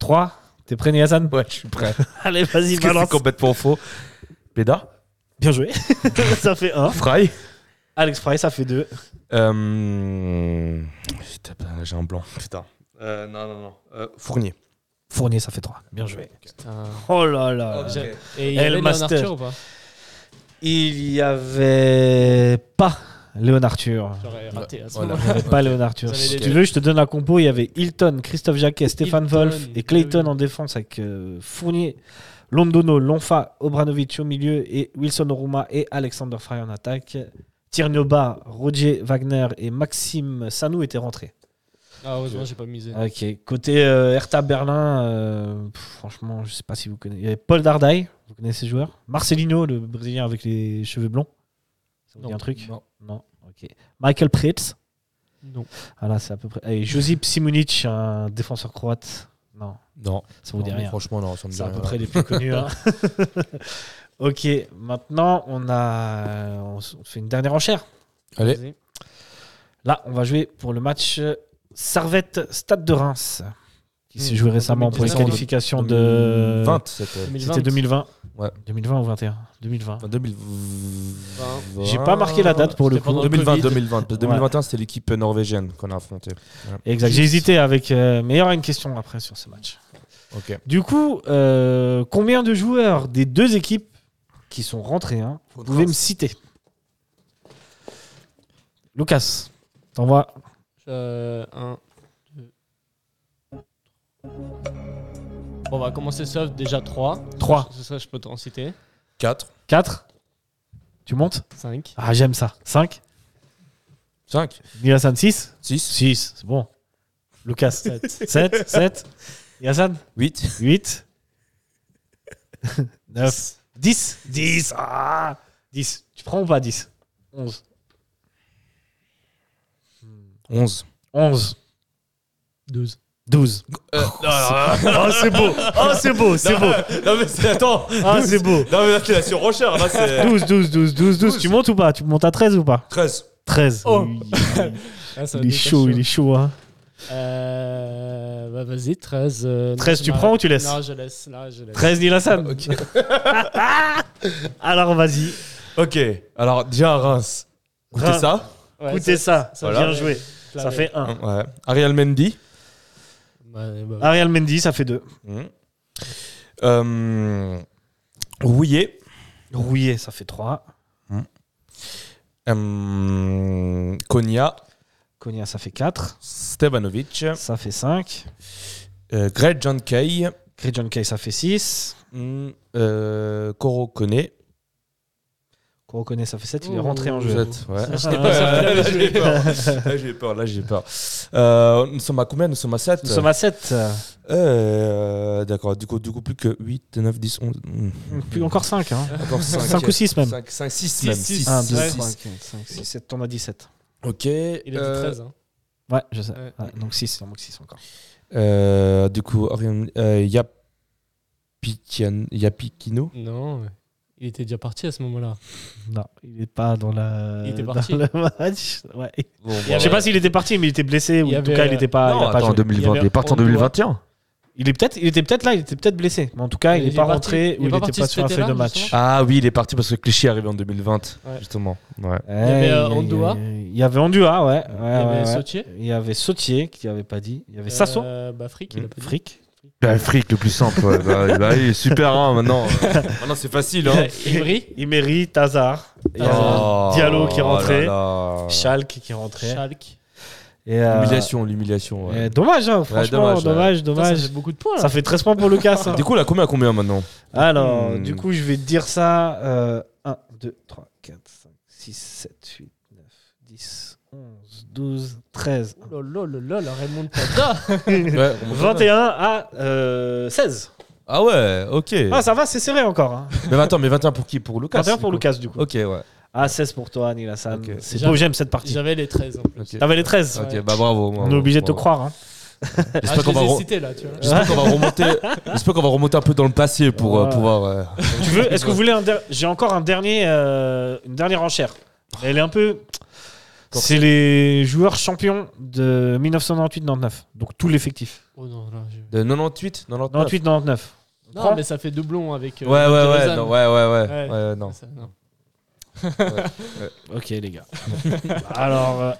[SPEAKER 4] 3. T'es prêt, Niazan
[SPEAKER 5] Ouais, je suis prêt.
[SPEAKER 4] Allez, vas-y,
[SPEAKER 5] Parce que c'est
[SPEAKER 4] balance.
[SPEAKER 5] complètement faux. Béda,
[SPEAKER 4] Bien joué. ça fait 1.
[SPEAKER 5] Fry.
[SPEAKER 4] Alex Fry, ça fait 2.
[SPEAKER 5] Euh, putain, ben, j'ai un blanc, putain. Euh, non, non, non. Euh, Fournier.
[SPEAKER 4] Fournier, ça fait 3. Bien joué. Oh là là.
[SPEAKER 6] Et il
[SPEAKER 4] El
[SPEAKER 6] y avait Léon
[SPEAKER 4] Master.
[SPEAKER 6] Arthur ou pas
[SPEAKER 4] Il y avait pas Léon Arthur.
[SPEAKER 6] J'aurais raté à ce
[SPEAKER 5] Voilà.
[SPEAKER 6] moment-là.
[SPEAKER 4] Il y avait Pas Léon Arthur.
[SPEAKER 6] Vous avez
[SPEAKER 4] Si
[SPEAKER 6] des-
[SPEAKER 4] tu veux, je te donne la compo. Il y avait Hilton, Christophe Jacquet, Stéphane
[SPEAKER 6] Hilton,
[SPEAKER 4] Wolf et Clayton
[SPEAKER 6] oui.
[SPEAKER 4] en défense avec euh, Fournier, Londono, Lonfa, Obranovic au milieu et Wilson Oruma et Alexander Fry en attaque. Tirnoba, Roger Wagner et Maxime Sanou étaient rentrés.
[SPEAKER 6] Ah, heureusement, j'ai pas misé.
[SPEAKER 4] Ok, côté euh, Hertha Berlin, euh, pff, franchement, je sais pas si vous connaissez. Il y avait Paul Dardai, vous connaissez ce joueur Marcelino, le Brésilien avec les cheveux blonds. Ça vous dit
[SPEAKER 6] Non.
[SPEAKER 4] un truc
[SPEAKER 5] Non.
[SPEAKER 4] Non, ok. Michael Pritz,
[SPEAKER 6] Non.
[SPEAKER 4] voilà, c'est à peu près. Et Josip Simunic, un défenseur croate. Non,
[SPEAKER 5] Non,
[SPEAKER 4] ça vous dit
[SPEAKER 5] non,
[SPEAKER 4] rien.
[SPEAKER 5] franchement, non, ça me dit
[SPEAKER 4] C'est à
[SPEAKER 5] rien.
[SPEAKER 4] peu près les plus connus. hein. ok, maintenant, on a on s- on fait une dernière enchère.
[SPEAKER 5] Allez.
[SPEAKER 6] Vas-y.
[SPEAKER 4] Là, on va jouer pour le match euh, Servette Stade de Reims qui s'est
[SPEAKER 6] Mmh.
[SPEAKER 4] joué récemment pour les
[SPEAKER 6] 2019,
[SPEAKER 4] qualifications de
[SPEAKER 5] 20, c'était.
[SPEAKER 6] 2020.
[SPEAKER 4] C'était 2020.
[SPEAKER 5] Ouais.
[SPEAKER 4] 2020 ou 21 2020.
[SPEAKER 5] Enfin, 2000
[SPEAKER 4] J'ai pas marqué la date pour le
[SPEAKER 6] C'était
[SPEAKER 4] coup.
[SPEAKER 6] pendant
[SPEAKER 5] 2020,
[SPEAKER 6] Covid.
[SPEAKER 5] 2020. Parce que 2021, c'était l'équipe norvégienne qu'on a affrontée.
[SPEAKER 4] Exact. J'ai hésité avec. euh, mais il y aura une question après sur ce match.
[SPEAKER 5] Ok.
[SPEAKER 4] Du coup, euh, combien de joueurs des deux équipes qui sont rentrés hein, Vous pouvez me citer. Lucas, t'envoies
[SPEAKER 6] Euh, un, deux. Bon, on va commencer sauf déjà 3.
[SPEAKER 4] 3,
[SPEAKER 6] C'est ça, je peux t'en citer.
[SPEAKER 5] 4,
[SPEAKER 4] 4. Tu montes
[SPEAKER 6] 5.
[SPEAKER 4] Ah, j'aime ça. 5.
[SPEAKER 5] 5,
[SPEAKER 4] Nilassan 6.
[SPEAKER 5] 6,
[SPEAKER 4] 6, c'est bon. Lucas 7. 7, 7. Yassan
[SPEAKER 5] 8,
[SPEAKER 4] 8. 9. 10. 10. Ah 10. Tu prends ou pas 10 11.
[SPEAKER 5] 11.
[SPEAKER 4] 11.
[SPEAKER 6] 12.
[SPEAKER 4] 12.
[SPEAKER 5] Euh,
[SPEAKER 4] oh, c'est beau. Oh, c'est beau. C'est beau.
[SPEAKER 5] Non, mais c'est- attends.
[SPEAKER 4] Ah, c'est beau.
[SPEAKER 5] Non, mais là, t'es la surenchère. Là, c'est
[SPEAKER 4] 12, 12, 12, 12, 12. Tu montes ou pas Tu montes à 13 ou pas
[SPEAKER 5] 13.
[SPEAKER 4] 13.
[SPEAKER 6] Oh.
[SPEAKER 4] Ah, Oui. Il est chaud, il est chaud. Hein.
[SPEAKER 6] Euh, bah vas-y, 13. euh, non,
[SPEAKER 4] 13,
[SPEAKER 6] je
[SPEAKER 4] tu
[SPEAKER 6] m'arrête.
[SPEAKER 4] prends ou tu laisses
[SPEAKER 6] Non, je laisse. Non, je laisse.
[SPEAKER 4] 13 Nil Hassan. Alors vas-y,
[SPEAKER 5] Ok, alors déjà à Reims. Goûtez
[SPEAKER 4] Reims.
[SPEAKER 5] ça.
[SPEAKER 6] Ouais,
[SPEAKER 4] goûtez ça.
[SPEAKER 6] ça
[SPEAKER 4] Bien
[SPEAKER 6] fait-
[SPEAKER 4] joué.
[SPEAKER 6] la
[SPEAKER 4] Ça
[SPEAKER 6] même.
[SPEAKER 4] fait 1.
[SPEAKER 5] Ouais. Ariel Mendy.
[SPEAKER 6] Ouais, bah,
[SPEAKER 4] Ariel Mendy, ça fait 2.
[SPEAKER 5] Mmh. Euh, Rouillé.
[SPEAKER 4] Rouillé, ça fait 3.
[SPEAKER 5] Euh, Konya.
[SPEAKER 4] Konya, ça fait 4.
[SPEAKER 5] Stevanovic.
[SPEAKER 4] Ça fait 5.
[SPEAKER 5] Euh, Greg John Kay.
[SPEAKER 4] John Kay, ça fait 6.
[SPEAKER 5] Mmh. Euh, Koro Kone.
[SPEAKER 4] Korokone, ça fait 7. Il est
[SPEAKER 6] Oh,
[SPEAKER 4] rentré en
[SPEAKER 5] Vous
[SPEAKER 4] jeu.
[SPEAKER 5] êtes, ouais.
[SPEAKER 4] Je n'ai pas
[SPEAKER 5] Euh, là, j'ai peur. Là, Ah, j'ai peur. Là, j'ai peur. Euh, nous sommes à combien Nous sommes à 7.
[SPEAKER 4] Nous sommes à 7.
[SPEAKER 5] Euh, D'accord. Du coup, du coup, plus que 8, 9, 10, 11. mmh.
[SPEAKER 4] Plus encore 5. Hein.
[SPEAKER 5] 5,
[SPEAKER 4] 5 ou 6 même.
[SPEAKER 5] 5, 6
[SPEAKER 6] Six,
[SPEAKER 5] même.
[SPEAKER 6] six.
[SPEAKER 5] Six,
[SPEAKER 4] Un,
[SPEAKER 5] six,
[SPEAKER 4] deux,
[SPEAKER 5] six.
[SPEAKER 4] trois, quatre, cinq, six, sept, T'en as 17.
[SPEAKER 5] Ok.
[SPEAKER 6] Il est
[SPEAKER 5] euh,
[SPEAKER 6] 13. Hein.
[SPEAKER 4] Ouais, je sais.
[SPEAKER 6] Ouais.
[SPEAKER 4] Ouais, donc 6, il en manque 6 encore.
[SPEAKER 5] euh, du coup, Orion, euh, Yapikian- Yapikino.
[SPEAKER 6] Non, ouais. il était déjà parti à ce moment-là.
[SPEAKER 4] Non, il n'est pas dans, la...
[SPEAKER 6] Il était
[SPEAKER 4] dans
[SPEAKER 6] parti.
[SPEAKER 4] le match. Ouais.
[SPEAKER 5] Bon,
[SPEAKER 4] Je sais pas s'il était parti, mais il était blessé. Ou
[SPEAKER 6] Il y
[SPEAKER 4] en tout
[SPEAKER 6] avait-
[SPEAKER 4] cas, il était
[SPEAKER 5] Ah,
[SPEAKER 4] pas. il, a pas joué.
[SPEAKER 6] Il y avait Antoine.
[SPEAKER 4] Il est peut-être, il était peut-être là, il était peut-être blessé. Mais en tout cas, il
[SPEAKER 6] Il
[SPEAKER 4] n'est
[SPEAKER 6] est
[SPEAKER 4] pas
[SPEAKER 6] parti-
[SPEAKER 4] rentré
[SPEAKER 6] il
[SPEAKER 4] ou
[SPEAKER 6] est
[SPEAKER 4] il
[SPEAKER 6] pas
[SPEAKER 4] n'était
[SPEAKER 6] parti
[SPEAKER 4] pas
[SPEAKER 6] cet
[SPEAKER 4] sur la feuille de
[SPEAKER 6] été-là,
[SPEAKER 4] match.
[SPEAKER 6] justement
[SPEAKER 5] Ah oui, il est parti parce que Clichy est arrivé en 2020,
[SPEAKER 6] Ouais.
[SPEAKER 5] justement. Ouais.
[SPEAKER 4] Ouais,
[SPEAKER 6] avait,
[SPEAKER 4] il
[SPEAKER 6] euh,
[SPEAKER 4] y a-
[SPEAKER 6] Ondua.
[SPEAKER 4] Il y avait Ondua, ouais. Ah, ouais,
[SPEAKER 6] il y avait
[SPEAKER 4] ouais, ouais.
[SPEAKER 6] Sautier.
[SPEAKER 4] Il y avait Sautier qui avait pas dit. Il y avait Sasso. Hmm.
[SPEAKER 6] Euh, bah, Frick, il a pas dit.
[SPEAKER 4] Frick.
[SPEAKER 5] L'Afrique, le plus simple. ouais. Bah, bah oui, super, hein, maintenant. maintenant, c'est facile.
[SPEAKER 6] Euh,
[SPEAKER 5] Hein.
[SPEAKER 6] Imri.
[SPEAKER 4] Imeri, Tazar. Il y a
[SPEAKER 5] Oh,
[SPEAKER 4] Diallo qui est rentré.
[SPEAKER 5] là là.
[SPEAKER 4] Schalke qui est rentré.
[SPEAKER 6] Schalke.
[SPEAKER 4] Et, euh,
[SPEAKER 5] L'humiliation, l'humiliation. ouais.
[SPEAKER 4] et dommage, hein, franchement,
[SPEAKER 5] dommage,
[SPEAKER 4] dommage,
[SPEAKER 6] Putain,
[SPEAKER 4] dommage.
[SPEAKER 6] Ça fait beaucoup de points là.
[SPEAKER 4] Ça fait 13 points pour Lucas. hein.
[SPEAKER 5] Du coup, là, combien à combien maintenant
[SPEAKER 4] Alors,
[SPEAKER 5] Hmm.
[SPEAKER 4] du coup, je vais te dire ça. euh, 1, 2, 3, 4, 5, 6, 7, 8, 9, 10, 11, 12, 13,
[SPEAKER 6] Oh là là là là, la Raymond Tada.
[SPEAKER 4] 21 à euh, 16.
[SPEAKER 5] Ah ouais, ok.
[SPEAKER 4] Ah, ça va, c'est serré encore. hein.
[SPEAKER 5] Mais attends, mais 21 pour qui Pour Lucas
[SPEAKER 4] 21
[SPEAKER 5] du
[SPEAKER 4] pour
[SPEAKER 5] coup
[SPEAKER 4] Lucas, du coup.
[SPEAKER 5] Ok, ouais.
[SPEAKER 4] Ah, 16 pour toi, Anil Hassan.
[SPEAKER 5] Ok.
[SPEAKER 4] C'est
[SPEAKER 6] J'avais-
[SPEAKER 4] beau, j'aime cette partie.
[SPEAKER 6] J'avais les hein. 13 en plus.
[SPEAKER 5] Ok,
[SPEAKER 4] T'avais les 13.
[SPEAKER 5] Ok, bah bravo.
[SPEAKER 4] On est obligé de te croire. hein.
[SPEAKER 6] Ah,
[SPEAKER 5] J'espère
[SPEAKER 6] je
[SPEAKER 5] qu'on va,
[SPEAKER 6] les ai
[SPEAKER 5] re-
[SPEAKER 6] cités là, tu vois.
[SPEAKER 5] j'espère qu'on va remonter. J'espère qu'on va remonter un peu dans le passé pour euh,
[SPEAKER 4] Ouais.
[SPEAKER 5] pouvoir. euh,
[SPEAKER 4] Tu veux Est-ce que vous voulez un der- J'ai encore un dernier, euh, une dernière enchère. Elle est un peu. C'est les joueurs champions de 1998-99. Donc tout l'effectif.
[SPEAKER 6] Oh non, non, je-
[SPEAKER 5] de 98, 99.
[SPEAKER 4] 98-99.
[SPEAKER 6] non mais ça fait doublon avec. euh,
[SPEAKER 5] Ouais, ouais,
[SPEAKER 6] avec
[SPEAKER 5] ouais,
[SPEAKER 6] Lausanne.
[SPEAKER 5] non, ouais, ouais, ouais,
[SPEAKER 6] Ouais.
[SPEAKER 5] ouais, non.
[SPEAKER 6] Ça, non.
[SPEAKER 4] Ok les gars. Alors, euh,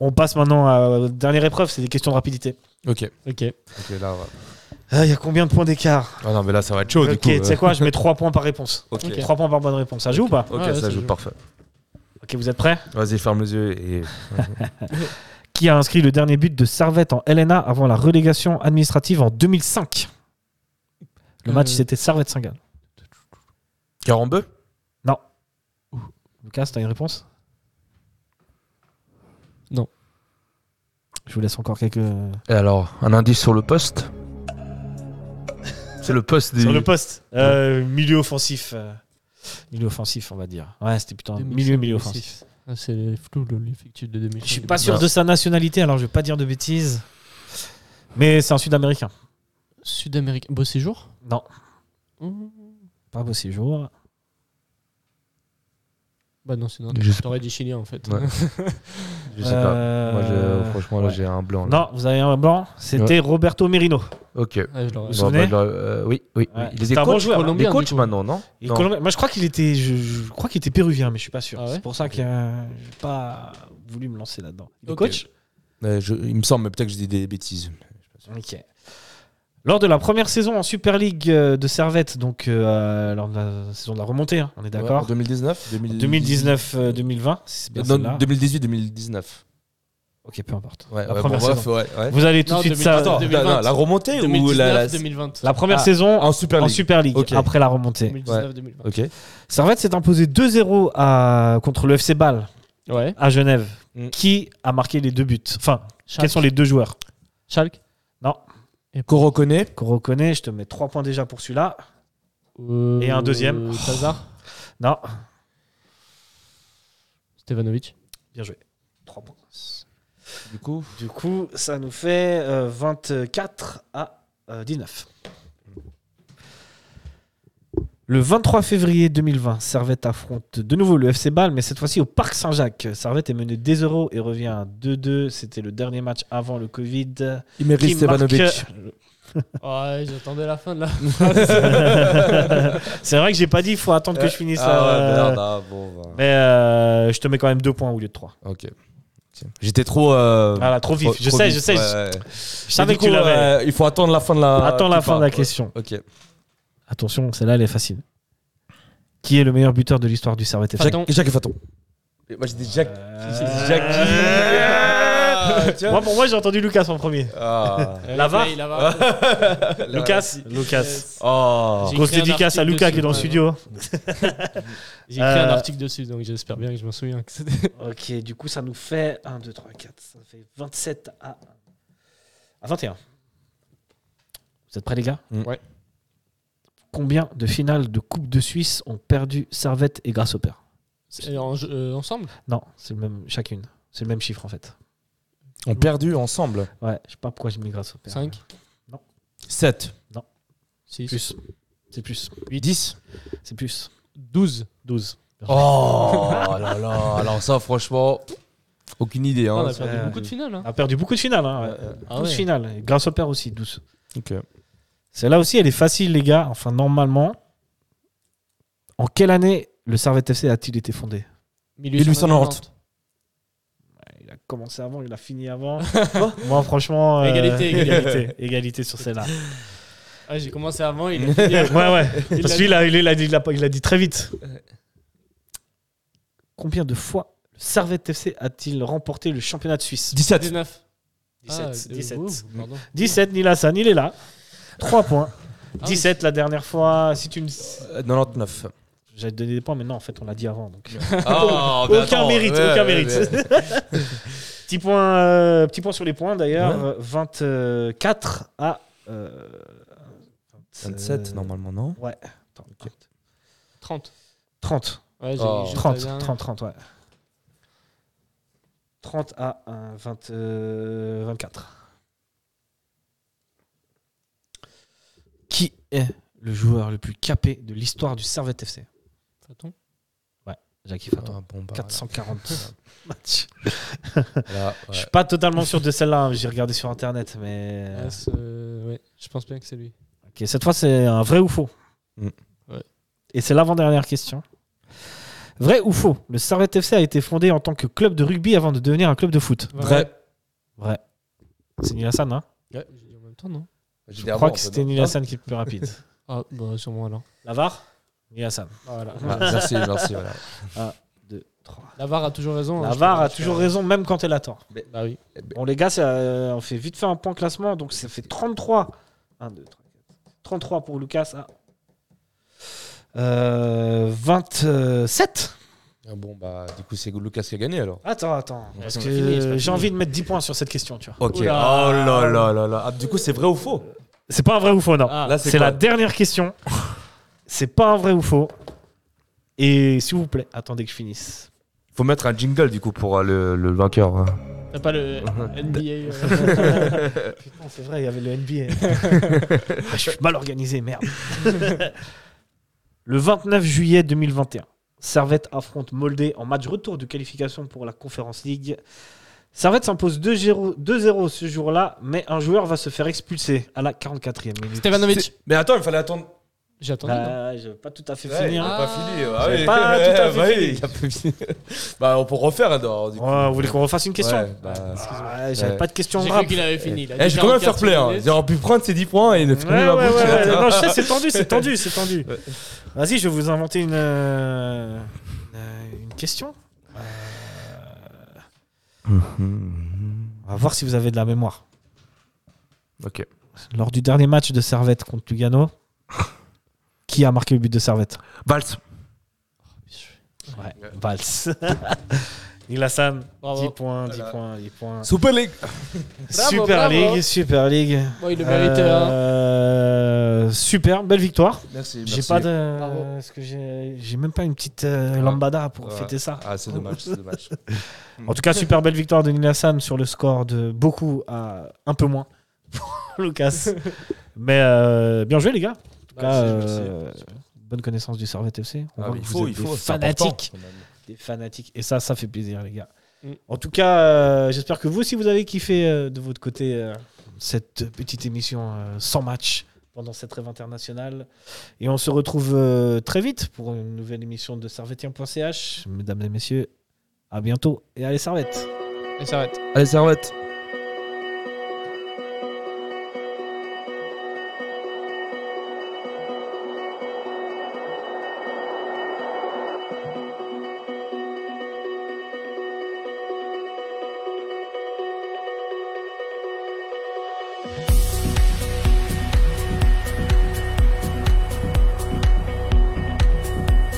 [SPEAKER 4] on passe maintenant à la dernière épreuve, c'est des questions de rapidité.
[SPEAKER 5] Ok,
[SPEAKER 6] Ok.
[SPEAKER 5] ok, là. ouais.
[SPEAKER 4] Ah, Il y a combien de points d'écart
[SPEAKER 5] Ah non, mais là, ça va être chaud
[SPEAKER 4] Ok,
[SPEAKER 5] du coup.
[SPEAKER 4] tu sais
[SPEAKER 5] euh.
[SPEAKER 4] quoi, je mets 3 points par réponse.
[SPEAKER 5] Ok,
[SPEAKER 6] Ok.
[SPEAKER 4] 3 points par bonne réponse, ça joue ou pas
[SPEAKER 5] ok,
[SPEAKER 6] Ah ouais,
[SPEAKER 5] ça
[SPEAKER 6] ça
[SPEAKER 5] joue
[SPEAKER 6] joue.
[SPEAKER 5] parfait.
[SPEAKER 4] Ok, vous êtes prêts
[SPEAKER 5] Vas-y, ferme les yeux et.
[SPEAKER 4] Qui a inscrit le dernier but de Servette en LNA avant la relégation administrative en 2005 Le match
[SPEAKER 6] Euh.
[SPEAKER 4] c'était Servette-Singal.
[SPEAKER 5] Carambeu
[SPEAKER 4] Lucas, t'as une réponse
[SPEAKER 6] Non.
[SPEAKER 4] Je vous laisse encore quelques...
[SPEAKER 5] Et alors, un indice sur le poste C'est le poste des.
[SPEAKER 4] Sur le poste, euh, milieu offensif. euh, milieu offensif, on va dire. Ouais, c'était plutôt un milieu, milieu offensif.
[SPEAKER 6] Ah, c'est flou le- l'effectif de 2000.
[SPEAKER 4] Je suis pas sûr de sa nationalité, alors je vais pas dire de bêtises. Mais c'est un Sud-Américain.
[SPEAKER 6] Sud-Amérique. Beau séjour
[SPEAKER 4] Non,
[SPEAKER 6] Mmh.
[SPEAKER 4] pas beau séjour.
[SPEAKER 6] Bah non, sinon
[SPEAKER 5] Je sais
[SPEAKER 6] t'aurais dit chilien en fait.
[SPEAKER 5] Ouais. Je sais pas. Moi, je- franchement, là, j'ai un blanc. là.
[SPEAKER 4] Euh, Non, vous avez un blanc. C'était Roberto Merino.
[SPEAKER 5] Ok.
[SPEAKER 6] Ah, je l'aurais-
[SPEAKER 4] Vous souvenez
[SPEAKER 5] là, euh, oui, oui, oui.
[SPEAKER 4] Ouais.
[SPEAKER 5] Il
[SPEAKER 4] C'est
[SPEAKER 5] est
[SPEAKER 4] un bon
[SPEAKER 5] coach,
[SPEAKER 4] joueur, hein.
[SPEAKER 5] il est
[SPEAKER 6] Colombien,
[SPEAKER 5] coach
[SPEAKER 6] du coup.
[SPEAKER 5] maintenant, non
[SPEAKER 4] Et
[SPEAKER 5] Non.
[SPEAKER 4] Colombien- Moi, je crois qu'il était, je, je crois qu'il était péruvien, mais je suis pas sûr.
[SPEAKER 6] Ah ouais
[SPEAKER 4] c'est pour ça que euh, j'ai pas voulu me lancer là-dedans. Il est
[SPEAKER 6] Ok.
[SPEAKER 4] coach.
[SPEAKER 5] Euh, je- Il me semble, mais peut-être que je dis des bêtises.
[SPEAKER 4] Ok. Lors de la première saison en Super League euh, de Servette, donc euh, lors de la saison de la remontée, hein, on est
[SPEAKER 5] En
[SPEAKER 4] d'accord.
[SPEAKER 5] 2019 2000-
[SPEAKER 4] 2019-2020, c'est bien
[SPEAKER 5] Non,
[SPEAKER 4] celle-là.
[SPEAKER 5] 2018-2019.
[SPEAKER 4] Ok, peu importe.
[SPEAKER 5] Ouais,
[SPEAKER 4] La
[SPEAKER 5] ouais,
[SPEAKER 4] première
[SPEAKER 5] bon, bref,
[SPEAKER 4] saison.
[SPEAKER 5] ouais, ouais.
[SPEAKER 4] Vous allez tout de
[SPEAKER 6] Non,
[SPEAKER 4] suite
[SPEAKER 6] 2000
[SPEAKER 4] ça.
[SPEAKER 5] Attends,
[SPEAKER 6] 2020.
[SPEAKER 5] non, non, la remontée ou la. la-
[SPEAKER 6] 2020.
[SPEAKER 4] La première
[SPEAKER 5] Ah,
[SPEAKER 4] saison
[SPEAKER 5] En Super
[SPEAKER 4] en
[SPEAKER 5] League.
[SPEAKER 4] Super League
[SPEAKER 5] Ok.
[SPEAKER 4] après la remontée.
[SPEAKER 6] 2019-2020.
[SPEAKER 5] Ok.
[SPEAKER 4] Servette s'est imposé 2-0 à- contre le FC Bâle
[SPEAKER 6] Ouais.
[SPEAKER 4] à Genève.
[SPEAKER 5] Mm.
[SPEAKER 4] Qui a marqué les deux buts Enfin, quels
[SPEAKER 6] Schalke.
[SPEAKER 4] sont les deux joueurs
[SPEAKER 6] Schalke
[SPEAKER 5] Qu'on reconnaît
[SPEAKER 4] Qu'on reconnaît, je te mets 3 points déjà pour celui-là.
[SPEAKER 6] Euh,
[SPEAKER 4] Et un deuxième.
[SPEAKER 6] Tazar
[SPEAKER 4] Non,
[SPEAKER 6] Stevanovic.
[SPEAKER 4] bien joué. 3 points.
[SPEAKER 5] Du coup,
[SPEAKER 4] Du coup, ça nous fait euh, 24 à euh, 19. Le 23 février 2020, Servette affronte de nouveau le FC Bâle, mais cette fois-ci au Parc Saint-Jacques. Servette est menée 2 euros et revient à 2-2. C'était le dernier match avant le Covid. Qui
[SPEAKER 5] Imeris
[SPEAKER 4] marque-
[SPEAKER 5] Stevanovic.
[SPEAKER 6] Ouais, j'attendais la fin de la.
[SPEAKER 4] C'est vrai que j'ai pas dit, il faut attendre que je finisse.
[SPEAKER 5] Ah ouais,
[SPEAKER 4] euh,
[SPEAKER 5] merde, ah, bon, bah.
[SPEAKER 4] Mais euh, je te mets quand même 2 points au lieu de 3.
[SPEAKER 5] Ok. Tiens. J'étais trop. euh,
[SPEAKER 4] Voilà, Ah, trop vif. Je sais, je sais, je-
[SPEAKER 5] ouais.
[SPEAKER 4] Je savais
[SPEAKER 5] Et du
[SPEAKER 4] que tu
[SPEAKER 5] coup,
[SPEAKER 4] l'avais.
[SPEAKER 5] euh, il faut attendre la fin de la.
[SPEAKER 4] Attends la fin de la
[SPEAKER 5] Ouais.
[SPEAKER 4] question.
[SPEAKER 5] Ok.
[SPEAKER 4] Attention, celle-là, elle est facile. Qui est le meilleur buteur de l'histoire du Servette FC
[SPEAKER 6] Faton.
[SPEAKER 5] Jacques et Faton. Et Moi j'ai dit Jacques. J'ai dit Jacques. Ah, tiens.
[SPEAKER 4] Moi, pour moi, j'ai entendu Lucas en premier.
[SPEAKER 5] Ah.
[SPEAKER 4] Lavar.
[SPEAKER 6] Ouais, Lavar.
[SPEAKER 4] Lucas Lucas.
[SPEAKER 6] Yes.
[SPEAKER 5] Oh.
[SPEAKER 6] J'ai
[SPEAKER 4] Grosse
[SPEAKER 6] écrit un
[SPEAKER 4] dédicace à
[SPEAKER 6] article
[SPEAKER 4] Lucas qui est dans le
[SPEAKER 6] dessus,
[SPEAKER 4] studio.
[SPEAKER 6] J'ai écrit un
[SPEAKER 4] Euh,
[SPEAKER 6] article dessus, donc j'espère bien que je me souviens. que c'était-
[SPEAKER 4] Ok, du coup, ça nous fait 1, 2, 3, 4. Ça fait 27 à, à 21. Vous êtes prêts, les gars
[SPEAKER 5] Mm. Ouais.
[SPEAKER 4] Combien de finales de Coupe de Suisse ont perdu Servette et Grâce au Père
[SPEAKER 6] C'est en jeu- euh, ensemble
[SPEAKER 4] Non, c'est le même, chacune. C'est le même chiffre, en fait.
[SPEAKER 5] On perdu ensemble.
[SPEAKER 4] Ouais, je sais pas pourquoi j'ai mis Grâce au Père.
[SPEAKER 6] 5
[SPEAKER 5] 7.
[SPEAKER 6] 6
[SPEAKER 4] Plus. C'est plus.
[SPEAKER 5] 10.
[SPEAKER 4] C'est plus.
[SPEAKER 6] 12
[SPEAKER 4] 12.
[SPEAKER 5] Oh là là. Alors ça franchement, aucune idée.
[SPEAKER 6] On
[SPEAKER 5] Hein.
[SPEAKER 6] a perdu
[SPEAKER 4] euh,
[SPEAKER 6] beaucoup de finales. hein.
[SPEAKER 4] A perdu beaucoup de finales. Hein.
[SPEAKER 5] Euh, euh,
[SPEAKER 4] 12
[SPEAKER 6] ah ouais.
[SPEAKER 4] finales. Et Grâce au Père aussi, 12.
[SPEAKER 5] Ok.
[SPEAKER 4] Celle-là aussi, elle est facile, les gars. Enfin, normalement. En quelle année le Servette FC a-t-il été fondé
[SPEAKER 5] 1890.
[SPEAKER 4] Il a commencé avant, il a fini avant. Moi, franchement. euh,
[SPEAKER 6] Égalité, égalité.
[SPEAKER 4] égalité. Égalité sur celle-là.
[SPEAKER 6] Ah, J'ai commencé avant, il est fini.
[SPEAKER 4] Ouais, ouais.
[SPEAKER 6] Il
[SPEAKER 4] Parce
[SPEAKER 6] l'a
[SPEAKER 4] que lui, il a, il a dit, il a pas- il a dit très vite. Combien de fois le Servette FC a-t-il remporté le championnat de Suisse
[SPEAKER 5] 17.
[SPEAKER 6] 19.
[SPEAKER 4] 17.
[SPEAKER 6] Ah,
[SPEAKER 4] 17.
[SPEAKER 6] euh, ouh, pardon.
[SPEAKER 4] 17, Nila San, il est là. 3 points.
[SPEAKER 6] Ah oui.
[SPEAKER 4] 17 la dernière fois. Si tu me.
[SPEAKER 5] Euh, 99.
[SPEAKER 4] J'allais te donner des points, mais non, en fait, on l'a dit avant. Donc.
[SPEAKER 5] Oh, mais
[SPEAKER 4] aucun
[SPEAKER 5] attends,
[SPEAKER 4] mérite,
[SPEAKER 5] ouais,
[SPEAKER 4] aucun
[SPEAKER 5] ouais,
[SPEAKER 4] mérite.
[SPEAKER 5] mais-
[SPEAKER 4] petit, point, euh, petit point sur les points d'ailleurs. Euh, 24 à. euh,
[SPEAKER 5] 27
[SPEAKER 4] euh,
[SPEAKER 5] normalement non.
[SPEAKER 4] Ouais. Attends,
[SPEAKER 6] 30.
[SPEAKER 4] 30.
[SPEAKER 6] Ouais, j'ai-
[SPEAKER 5] Oh.
[SPEAKER 6] j'ai
[SPEAKER 4] 30,
[SPEAKER 6] pas bien.
[SPEAKER 4] 30, 30, ouais. 30 à un 20, euh, 24. Qui est le joueur le plus capé de l'histoire du Servette FC
[SPEAKER 6] Faton.
[SPEAKER 4] Jackie Faton.
[SPEAKER 5] Ah, bon, bah,
[SPEAKER 4] 440 matchs.
[SPEAKER 5] là,
[SPEAKER 4] Je
[SPEAKER 5] ouais.
[SPEAKER 4] suis pas totalement sûr de celle-là, hein, j'ai regardé sur internet, mais.
[SPEAKER 6] Ouais, c'est- euh, ouais, je pense bien que c'est lui.
[SPEAKER 4] Ok, cette fois, c'est un vrai ou faux.
[SPEAKER 5] Mm.
[SPEAKER 6] Ouais.
[SPEAKER 4] Et c'est l'avant-dernière question. Vrai ou faux Le Servette FC a été fondé en tant que club de rugby avant de devenir un club de foot.
[SPEAKER 5] Vrai.
[SPEAKER 4] Vrai. C'est Nilassan, hein
[SPEAKER 6] Ouais, J'ai dit en même temps, non
[SPEAKER 5] J'ai
[SPEAKER 4] Je
[SPEAKER 5] dit
[SPEAKER 4] crois
[SPEAKER 5] avant,
[SPEAKER 4] que
[SPEAKER 5] en fait,
[SPEAKER 4] c'était
[SPEAKER 5] non.
[SPEAKER 4] Nilassan qui est le plus rapide.
[SPEAKER 6] Ah, bah, sûrement alors.
[SPEAKER 4] Lavar Nilassan.
[SPEAKER 6] Voilà.
[SPEAKER 5] Ah, merci, merci. Voilà.
[SPEAKER 4] 2, 3.
[SPEAKER 6] Lavar a toujours raison. hein, je
[SPEAKER 4] Lavar
[SPEAKER 6] te-
[SPEAKER 4] a
[SPEAKER 6] je te-
[SPEAKER 4] toujours raison, même quand elle attend.
[SPEAKER 6] Bah oui.
[SPEAKER 4] Bon, les gars, ça, euh, on fait vite fait un point classement. Donc, ça fait 33. 1, 2, 3, 4. 33 pour Lucas. à Euh, 27
[SPEAKER 5] Ah Bon, bah, du coup, c'est Lucas qui a gagné alors.
[SPEAKER 4] Attends, attends. Parce
[SPEAKER 6] c'est
[SPEAKER 4] que
[SPEAKER 6] pas fini, c'est pas
[SPEAKER 4] j'ai
[SPEAKER 6] fini.
[SPEAKER 4] envie de mettre 10 points sur cette question, tu vois.
[SPEAKER 5] Ok.
[SPEAKER 6] Oula.
[SPEAKER 5] Oh là là là là. Ah, du coup, c'est vrai ou faux
[SPEAKER 4] C'est pas un vrai ou faux, non.
[SPEAKER 6] Ah,
[SPEAKER 5] Là,
[SPEAKER 4] c'est
[SPEAKER 5] quoi
[SPEAKER 4] la dernière question. C'est pas un vrai ou faux. Et s'il vous plaît, attendez que je finisse.
[SPEAKER 5] Faut mettre un jingle du coup pour euh, le, le vainqueur. hein.
[SPEAKER 6] T'as pas le NBA.
[SPEAKER 4] Putain, c'est vrai, il y avait le NBA. Ah, je suis mal organisé, merde. le 29 juillet 2021, Servette affronte Moldé en match retour de qualification pour la Conference League. Servette s'impose 2-0 2-0 ce jour-là, mais un joueur va se faire expulser à la 44e minute.
[SPEAKER 6] Stevanovic.
[SPEAKER 5] Mais attends, il fallait attendre.
[SPEAKER 6] J'ai attendu. non
[SPEAKER 4] Bah, je vais pas tout à fait
[SPEAKER 5] Ouais, il
[SPEAKER 4] finir.
[SPEAKER 5] a pas fini. Ah
[SPEAKER 4] J'avais
[SPEAKER 5] oui.
[SPEAKER 4] pas tout à fait
[SPEAKER 5] Ouais, bah oui,
[SPEAKER 4] fini.
[SPEAKER 5] il a pas fini. bah, on peut refaire alors. Du coup.
[SPEAKER 4] Ouais, vous voulez qu'on refasse une question
[SPEAKER 5] Ouais, bah,
[SPEAKER 4] Ah, J'avais
[SPEAKER 5] Ouais.
[SPEAKER 4] pas de question
[SPEAKER 6] J'ai
[SPEAKER 4] de
[SPEAKER 6] cru
[SPEAKER 4] rap.
[SPEAKER 6] qu'il avait fini. là.
[SPEAKER 5] Eh, j'ai quand même fair
[SPEAKER 6] 44
[SPEAKER 5] play. Hein.
[SPEAKER 6] minutes.
[SPEAKER 5] Ils auraient pu prendre ces 10 points et ne
[SPEAKER 4] Ouais,
[SPEAKER 5] fermer
[SPEAKER 4] ouais,
[SPEAKER 5] ma
[SPEAKER 4] ouais,
[SPEAKER 5] bouche.
[SPEAKER 4] ouais.
[SPEAKER 5] là.
[SPEAKER 4] Non, je sais, c'est tendu, c'est tendu, c'est tendu. Vas-y, je vais vous inventer une, euh, une, une question. Euh, On va voir si vous avez de la mémoire.
[SPEAKER 5] Ok.
[SPEAKER 4] Lors du dernier match de Servette contre Lugano, qui a marqué le but de Servette
[SPEAKER 5] Vals.
[SPEAKER 4] Ouais, Valls. Nilassan, 10
[SPEAKER 6] Bravo.
[SPEAKER 4] points, 10 points, 10 points.
[SPEAKER 5] Super League.
[SPEAKER 6] Bravo,
[SPEAKER 4] Super
[SPEAKER 6] bravo.
[SPEAKER 4] League, Super League.
[SPEAKER 6] Bon, il le méritait. hein.
[SPEAKER 4] Euh, Super, belle victoire.
[SPEAKER 5] Merci.
[SPEAKER 4] J'ai pas de.
[SPEAKER 6] Bravo.
[SPEAKER 4] Est-ce que j'ai j'ai même pas une petite euh, lambada pour
[SPEAKER 5] Ouais.
[SPEAKER 4] fêter ça.
[SPEAKER 5] Ah, c'est dommage, c'est dommage.
[SPEAKER 4] En tout cas, super belle victoire de Nilassan sur le score de beaucoup à un peu moins pour Lucas. Mais euh, bien joué les gars. En tout cas,
[SPEAKER 6] Merci,
[SPEAKER 4] euh,
[SPEAKER 6] merci.
[SPEAKER 4] bonne connaissance du Servette FC. On
[SPEAKER 5] Ah,
[SPEAKER 4] voit
[SPEAKER 5] mais
[SPEAKER 4] que
[SPEAKER 5] il
[SPEAKER 4] vous
[SPEAKER 5] faut,
[SPEAKER 4] êtes
[SPEAKER 5] il
[SPEAKER 4] des
[SPEAKER 5] faut. c'est important,
[SPEAKER 4] fanatiques.
[SPEAKER 5] quand même.
[SPEAKER 4] des fanatiques. Et ça, ça fait plaisir, les gars.
[SPEAKER 6] Mm.
[SPEAKER 4] En tout cas, euh, j'espère que vous aussi, vous avez kiffé euh, de votre côté euh, cette petite émission euh, sans match pendant cette rêve internationale. Et on se retrouve euh, très vite pour une nouvelle émission de servetien.ch. Mesdames et messieurs, à bientôt et allez, servette!
[SPEAKER 6] Et s'arrête.
[SPEAKER 5] Allez, servette